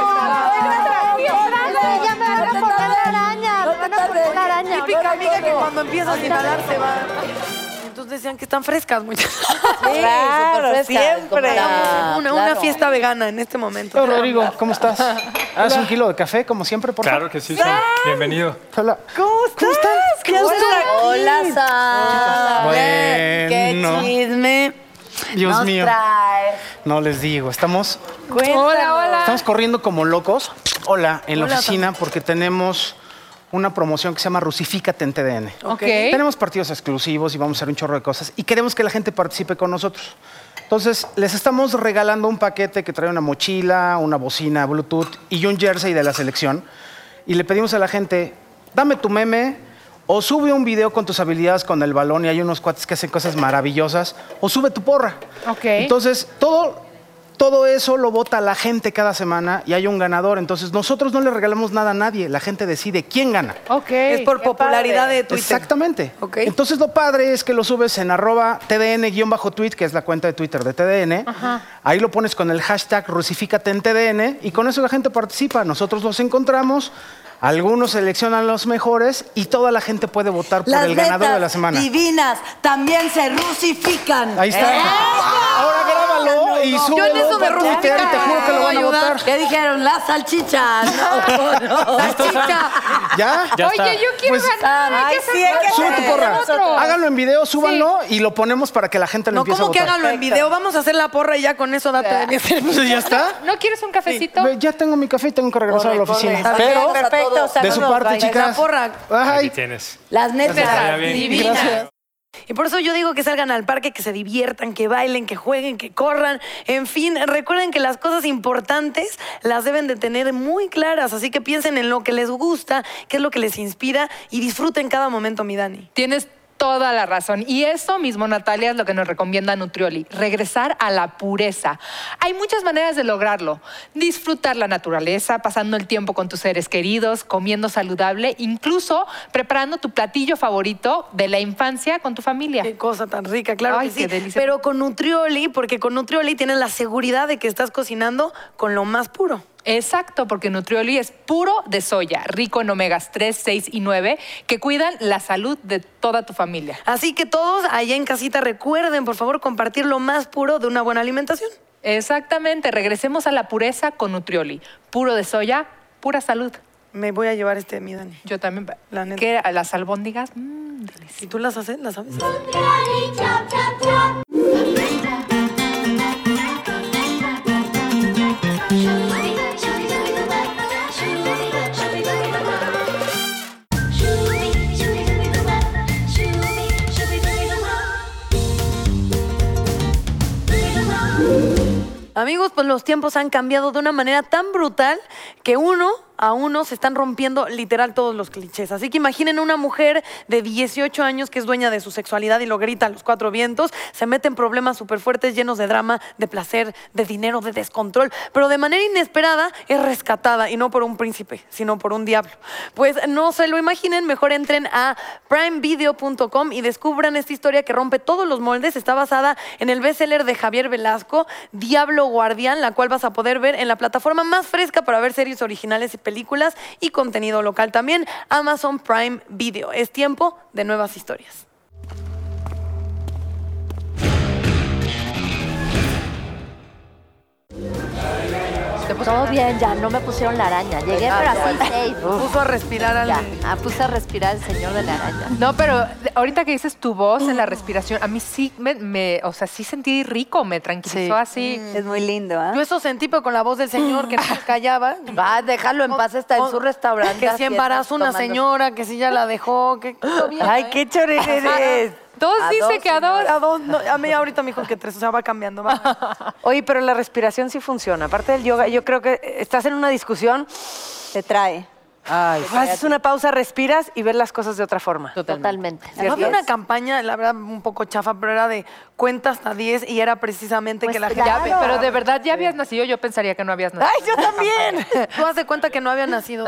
S3: ya me van a cortar la araña, me van a cortar la araña.
S8: Típica amiga que cuando empiezas a inhalar se va. Entonces decían que están frescas muchas.
S7: claro, siempre.
S8: Una, una fiesta vegana en este momento.
S11: Hola, Rodrigo, ¿cómo estás? Haz un kilo de café, como siempre, por
S4: Claro
S11: favor.
S4: que sí, Sam. Bienvenido.
S11: Hola. ¿Cómo estás? ¿Cómo estás? ¿Qué gusto
S7: Hola, Sam. Qué
S11: Bueno.
S7: chisme.
S11: Dios
S7: nos
S11: mío.
S7: traes.
S11: No les digo, estamos,
S9: Hola, hola.
S11: estamos corriendo como locos. Hola, en la oficina, porque tenemos una promoción que se llama Rusifícate en TDN.
S9: Ok.
S11: Tenemos partidos exclusivos y vamos a hacer un chorro de cosas y queremos que la gente participe con nosotros. Entonces, les estamos regalando un paquete que trae una mochila, una bocina Bluetooth y un jersey de la selección. Y le pedimos a la gente, dame tu meme o sube un video con tus habilidades con el balón y hay unos cuates que hacen cosas maravillosas o sube tu porra.
S9: Ok.
S11: Entonces, todo, todo eso lo vota la gente cada semana y hay un ganador. Entonces, nosotros no le regalamos nada a nadie. La gente decide quién gana.
S9: Ok.
S8: Es por popularidad de Twitter.
S11: Exactamente.
S8: Ok.
S11: Entonces lo padre es que lo subes en arroba tdn-tweet, que es la cuenta de Twitter de TDN. Ahí lo pones con el hashtag rusifícate en TDN y con eso la gente participa. Nosotros los encontramos, algunos seleccionan los mejores y toda la gente puede votar por
S7: Las
S11: el ganador de la
S7: netas
S11: semana.
S7: divinas también se rusifican. ¡Eh!
S11: Ahí está. Ahora grábalo y súbelo
S8: en eso me
S11: para Twitter y te juro que lo van a
S8: ayudar.
S11: votar.
S7: ¿Qué dijeron? Las salchichas. No, no.
S11: ¿Ya?
S4: Ya
S9: Oye,
S4: está.
S9: yo quiero
S11: Pues-
S9: ganar. hay
S7: Ay,
S9: que
S7: sí, hay que
S11: Sube
S9: hacer
S11: tu
S7: Eh,
S11: porra.
S9: otro.
S11: Háganlo en video, súbanlo y lo ponemos para que la gente lo
S8: No,
S11: empiece
S8: ¿cómo
S11: a
S8: que
S11: votar.
S8: háganlo en video? Vamos a hacer la porra y ya con eso date de mi
S11: Entonces, ya está.
S9: ¿No quieres un cafecito?
S11: Ve, Ya tengo mi café y tengo que regresar a la oficina.
S7: Pero,
S11: de su parte, chicas.
S8: porra.
S11: Ay,
S4: Aquí tienes.
S7: Las netas
S4: Vaya bien.
S7: divinas.
S8: Y por eso yo digo que salgan al parque, que se diviertan, que bailen, que jueguen, que corran. En fin, recuerden que las cosas importantes las deben de tener muy claras. Así que piensen en lo que les gusta, qué es lo que les inspira y disfruten cada momento, mi Dani.
S9: Tienes toda la razón. Y eso mismo, Natalia, es lo que nos recomienda Nutrioli, regresar a la pureza. Hay muchas maneras de lograrlo. Disfrutar la naturaleza, pasando el tiempo con tus seres queridos, comiendo saludable, incluso preparando tu platillo favorito de la infancia con tu familia.
S8: Qué cosa tan rica, claro
S9: Ay,
S8: que sí.
S9: qué delicia.
S8: Pero con Nutrioli, porque con Nutrioli tienes la seguridad de que estás cocinando con lo más puro.
S9: Exacto, porque Nutrioli es puro de soya, rico en omegas 3, 6 y 9, que cuidan la salud de toda tu familia.
S8: Así que todos allá en casita recuerden, por favor, compartir lo más puro de una buena alimentación.
S9: Exactamente, regresemos a la pureza con Nutrioli. Puro de soya, pura salud.
S8: Me voy a llevar este de mi Dani.
S9: Yo también,
S8: La neta.
S9: que a las albóndigas, mmm,
S8: ¿Y tú las haces? ¿Las sabes? Amigos, pues los tiempos han cambiado de una manera tan brutal que uno a uno se están rompiendo literal todos los clichés. Así que imaginen una mujer de 18 años que es dueña de su sexualidad y lo grita a los cuatro vientos, se mete en problemas súper fuertes llenos de drama, de placer, de dinero, de descontrol, pero de manera inesperada es rescatada y no por un príncipe, sino por un diablo. Pues no se lo imaginen, mejor entren a primevideo.com y descubran esta historia que rompe todos los moldes. Está basada en el bestseller de Javier Velasco, Diablo Guardián, la cual vas a poder ver en la plataforma más fresca para ver series originales y películas y contenido local también, Amazon Prime Video. Es tiempo de nuevas historias.
S3: Todo bien, ya no me pusieron la araña. Llegué,
S8: Ah,
S3: pero así
S8: bueno.
S3: safe.
S8: Puso a respirar al...
S3: Ya, ah, puse a respirar el señor de la araña.
S9: No, pero ahorita que dices tu voz en la respiración, a mí sí me, me- o sea, sí sentí rico, me tranquilizó
S8: Sí.
S9: así.
S8: Mm.
S5: Es muy lindo, ¿ah?
S8: Yo eso sentí, pero con la voz del señor que no se callaba.
S7: Va, déjalo en paz, está en su restaurante.
S8: Que si
S7: haciendo-
S8: embarazó una
S7: tomando-
S8: señora, que si ya la dejó, que...
S7: Ay, qué chorero eres.
S9: Dos
S7: A
S9: dice
S7: dos,
S9: que a dos.
S8: A dos, no, a mí ahorita me dijo que tres, o sea, va cambiando. va.
S6: Oye, pero la respiración sí funciona. Aparte del yoga, yo creo que estás en una discusión,
S5: Te trae.
S6: haces una pausa, respiras y ves las cosas de otra forma.
S3: Totalmente.
S8: No había una campaña, la verdad, un poco chafa, pero era de cuenta hasta 10 y era precisamente que la gente...
S9: Pues Ya, pero de verdad ya habías nacido, yo pensaría que no habías nacido.
S8: ¡Ay, yo también! Tú haz de cuenta que no había nacido.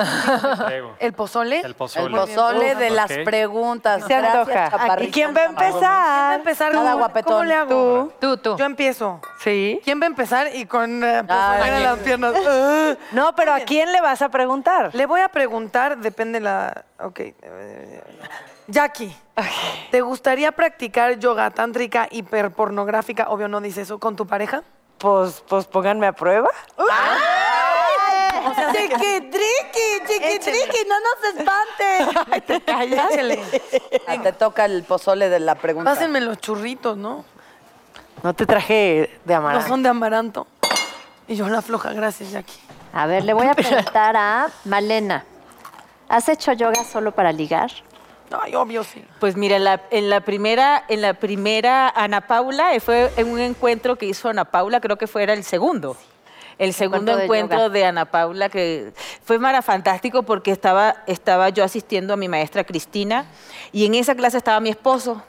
S8: ¿El pozole?
S4: El pozole.
S7: El pozole de las
S4: Ok.
S7: preguntas.
S6: Se antoja.
S7: chaparrita.
S6: ¿Y quién va a
S8: ¿Quién va a
S6: empezar?
S8: empezar?
S7: Cada
S8: ¿Cómo-
S7: guapetón.
S8: ¿Cómo le hago?
S9: Tú, tú.
S8: Yo empiezo.
S6: Sí.
S8: ¿Quién va a empezar? Y con eh, pozole en las piernas.
S6: No, pero ¿a quién le vas a preguntar?
S8: Le voy a preguntar, depende la... Ok. eh, Jackie, ¿te gustaría practicar yoga tántrica hiperpornográfica? Obvio no dice eso, ¿con tu pareja?
S6: Pues, pues pónganme a prueba.
S7: Chiquitriqui, chiquitriqui, no nos espantes. Ay, te callas. Ah, Te toca el pozole de la pregunta.
S8: Pásenme los churritos, ¿no?
S6: No te traje de
S8: No
S6: amaranto.
S8: son de amaranto. Y yo la floja, gracias, Jackie.
S3: A ver, le voy a preguntar a Malena. ¿Has hecho yoga solo para ligar?
S8: Ay, obvio sí.
S2: Pues mira, en la, en la primera, en la primera Ana Paula eh, fue en un encuentro que hizo Ana Paula, creo que fue era el segundo. El segundo
S3: Encuentro de
S2: encuentro
S3: yoga.
S2: de, Ana Paula que fue mara fantástico porque estaba, estaba yo asistiendo a mi maestra Cristina y en esa clase estaba mi esposo.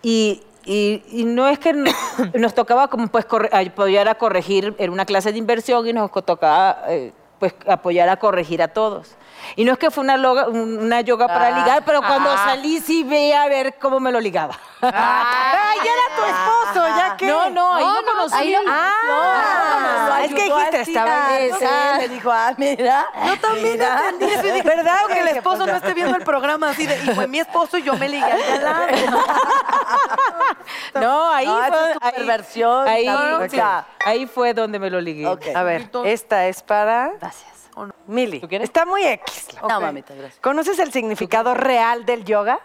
S2: Y, y- y no es que no- nos tocaba como pues corre- apoyar a corregir, era una clase de inversión y nos co- tocaba eh, pues apoyar a corregir a todos. Y no es que fue una, loga- un- una yoga
S3: Ah.
S2: para ligar, pero cuando salí sí ve a ver cómo me lo ligaba.
S8: ¡Ay, ya era tu esposo, ya que.
S2: No, no, ahí no, conocí.
S3: ahí no
S7: Ah, es que dijiste, estaba en Le dijo, ah, mira.
S8: Yo también entendí eso y dije, ¿verdad? Que el esposo no esté viendo el programa así de, y fue mi esposo y yo me ligué al de al lado.
S2: No, ahí
S7: No, esa
S2: fue.
S7: es tu
S2: ahí-
S7: perversión,
S2: Ahí,
S7: cabrón,
S2: sí,
S7: ya.
S2: ahí fue donde me lo ligué.
S7: Ok.
S6: A ver, esta es para
S3: Gracias.
S6: Mili.
S2: ¿Tú quieres?
S6: Está muy X.
S7: No, mamita, gracias.
S6: ¿Conoces el significado real del yoga?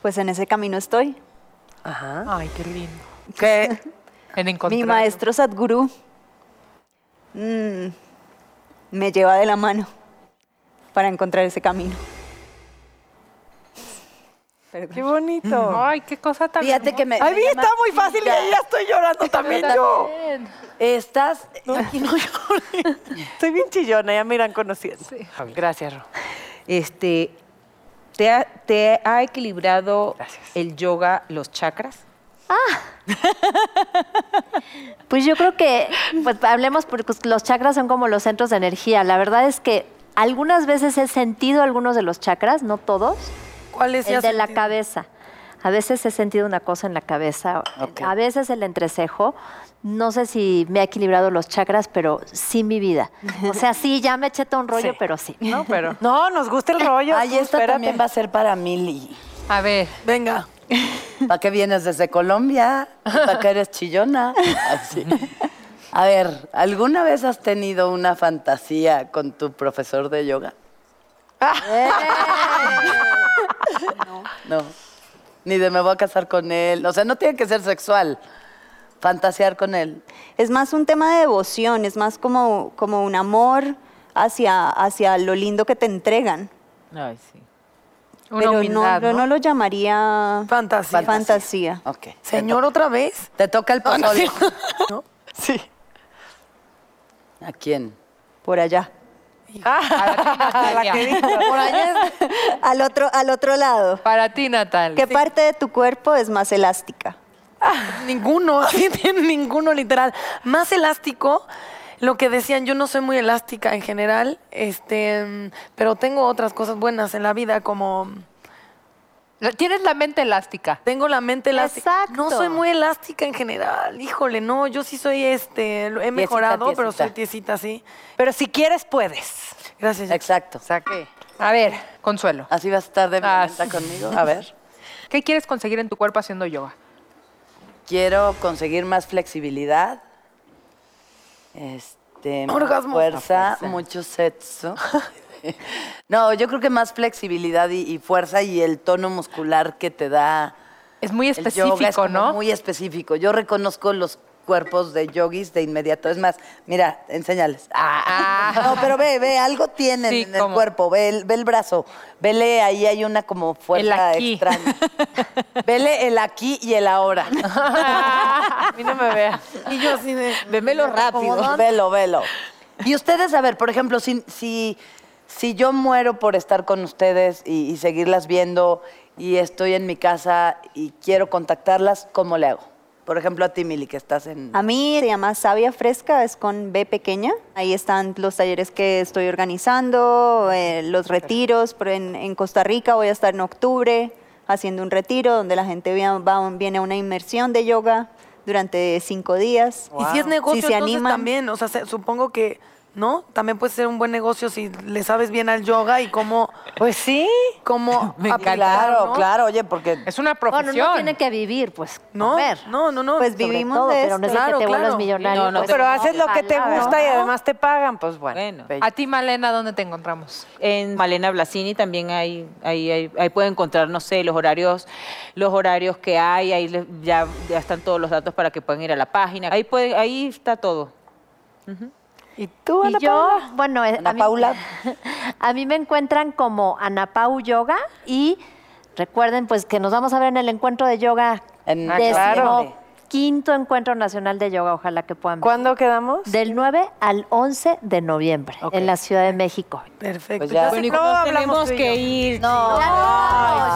S5: Pues en ese camino estoy.
S6: Ajá.
S9: Ay, qué lindo.
S7: Que
S9: En encontrar.
S5: Mi maestro Sadhguru mm, me lleva de la mano para encontrar ese camino.
S6: Qué bonito.
S9: Ay, qué cosa tan
S7: Fíjate que me.
S6: Ay,
S7: me
S6: vi,
S7: llama-
S6: está muy fácil y ahí ya estoy llorando también yo.
S7: Estás.
S6: Estoy bien chillona, ya me irán conociendo. Gracias, Ro.
S2: Este, ¿Te ha, te ha equilibrado el yoga los chakras?
S3: Pues yo creo que, pues hablemos, porque los chakras son como los centros de energía. La verdad es que algunas veces he sentido algunos de los chakras, no todos.
S8: ¿Cuál es
S3: El de la cabeza. A veces he sentido una cosa en la cabeza, a veces el entrecejo. No sé si me ha equilibrado los chakras, pero sí mi vida. O sea, sí, ya me eché todo un rollo,
S7: Sí.
S3: pero sí.
S7: No, pero-
S6: No, nos gusta el rollo.
S7: Ay,
S6: tú,
S7: esta
S6: espérate.
S7: también va a ser para Mili.
S9: A ver.
S7: Venga. ¿Para qué vienes desde Colombia? ¿Para qué eres chillona? Así. Ah, A ver, ¿alguna vez has tenido una fantasía con tu profesor de yoga?
S5: Ah.
S7: No. Ni de me voy a casar con él. O sea, no tiene que ser sexual. Fantasear con él.
S5: Es más un tema de devoción, es más como, como un amor hacia, hacia lo lindo que te entregan.
S2: Ay, sí.
S9: Una
S5: Pero no-
S9: humildad,
S5: yo
S9: ¿no?
S5: ¿no? lo llamaría
S8: Fantasía.
S5: fantasía.
S7: Ok.
S8: Señor, ¿otra vez?
S7: Te toca el
S8: no,
S7: pozole.
S8: ¿No?
S7: Sí. ¿A quién?
S5: Por allá.
S6: Ah.
S9: Para ti, Natalia.
S5: al, otro, al otro lado.
S9: Para ti, Natalia.
S5: ¿Qué parte de tu cuerpo es más elástica?
S8: Ninguno, así de ninguno literal. Más elástico, lo que decían, yo no soy muy elástica en general, este, mm, pero tengo otras cosas buenas en la vida, como mm,
S9: Lo- Tienes la mente elástica.
S8: tengo la mente elástica. No
S3: Exacto.
S8: soy muy elástica en general, híjole, no, yo sí soy este, lo he mejorado, pero soy tiesita, sí.
S6: Pero si quieres, puedes.
S8: Gracias. Jack.
S7: Exacto.
S6: Saqué.
S9: A ver, Consuelo,
S7: Así vas a estar de
S9: Ah,
S7: violenta
S9: sí.
S7: conmigo. A ver.
S9: ¿qué quieres conseguir en tu cuerpo haciendo yoga?
S7: Quiero conseguir más flexibilidad. Este, más
S8: Orgasmos.
S7: fuerza,
S8: La fuerza.
S7: mucho sexo. no, yo creo que más flexibilidad y, y fuerza y el tono muscular que te da.
S9: Es muy
S7: el yoga es
S9: específico,
S7: como
S9: ¿no?
S7: Muy específico. Yo reconozco los cuerpos de yogis de inmediato. Es más, mira, enséñales. Ah. No, pero ve, ve, algo tienen
S9: Sí,
S7: en el
S9: como-
S7: cuerpo. Ve el, ve el brazo. Vele, ahí hay una como fuerza
S9: aquí.
S7: extraña. Vele el aquí y el ahora.
S6: A mí no me veas.
S8: Y yo así de...
S7: Vémelo rápido. Velo, velo. Y ustedes, a ver, por ejemplo, si, si, si yo muero por estar con ustedes y, y seguirlas viendo y estoy en mi casa y quiero contactarlas, ¿cómo le hago? Por ejemplo, a ti, Mili, que estás en...
S5: A mí se llama Sabia Fresca, es con B pequeña. Ahí están los talleres que estoy organizando, eh, los retiros. Por En, en Costa Rica voy a estar en octubre haciendo un retiro donde la gente via- va, a un- viene a una inmersión de yoga durante cinco días.
S8: Y si es negocio,
S5: se
S8: entonces
S5: animan.
S8: también, o sea, se- supongo que, ¿no? También puede ser un buen negocio si le sabes bien al yoga y cómo,
S6: Pues sí.
S8: cómo aplicar,
S7: Claro,
S8: ¿no?
S7: claro, oye, porque...
S9: Es una
S3: Bueno,
S9: profesión.
S3: no tiene que vivir, pues.
S8: No,
S3: comer,
S8: no, no, no.
S5: Pues
S3: sobre
S5: vivimos
S3: todo,
S5: de
S3: pero no es
S5: esto.
S3: de que
S8: Claro,
S3: te vuelvas
S8: claro.
S3: millonario.
S2: No, no,
S3: pues,
S6: Pero haces lo que te
S3: ojalá,
S6: gusta y
S3: ¿no?
S6: además te pagan, pues bueno.
S2: Bueno.
S6: bello.
S9: A ti, Malena, ¿dónde te encontramos?
S2: En Malena Blasini también hay, ahí, ahí, ahí puede encontrar, no sé, los horarios, los horarios que hay, ahí les- ya, ya están todos los datos para que puedan ir a la página. Ahí puede, ahí está todo.
S6: ¿Y tú, Ana
S3: y yo,
S6: Paula?
S3: bueno, eh,
S7: Ana
S3: a mí,
S7: Paula.
S3: a mí me encuentran como Ana Pau Yoga y recuerden pues que nos vamos a ver en el encuentro de yoga.
S7: En- Ah,
S3: décimo
S7: claro.
S3: Quinto encuentro nacional de yoga, ojalá que puedan. ver.
S6: ¿Cuándo quedamos?
S3: Del 9 al 11 de noviembre
S6: Ok.
S3: en la Ciudad de México.
S8: Perfecto.
S7: Pues ya.
S8: Ya
S7: Bueno,
S8: sé
S6: no
S8: cómo
S6: hablamos
S8: tenemos
S6: tú y
S8: que
S6: yo.
S8: ir.
S7: No,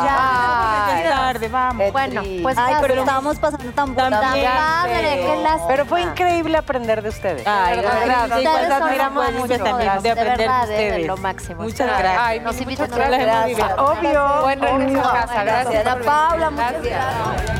S2: Ya es tarde, vamos.
S6: Eh,
S7: Qué
S3: Bueno,
S7: triste.
S3: pues
S5: Ay, pero
S3: gracias.
S5: estábamos pasando tan bonito.
S3: Tan padre, qué lástima.
S6: Pero fue increíble aprender de ustedes.
S2: Ay,
S6: De
S2: gracias.
S6: verdad,
S2: Ustedes
S6: de verdad,
S2: son
S6: admiramos
S2: buenísimos
S6: mucho.
S2: también.
S6: Gracias.
S2: de aprender de
S3: verdad, eh,
S2: ustedes.
S3: lo máximo.
S2: Muchas gracias.
S9: Ay,
S3: Nos
S9: muchas
S3: invitan a
S9: gracias.
S3: otra vez.
S9: Obvio.
S6: Bueno,
S9: Obvio.
S6: regreso a casa.
S3: Gracias,
S6: Gracias.
S3: Ana Paula, muchas gracias.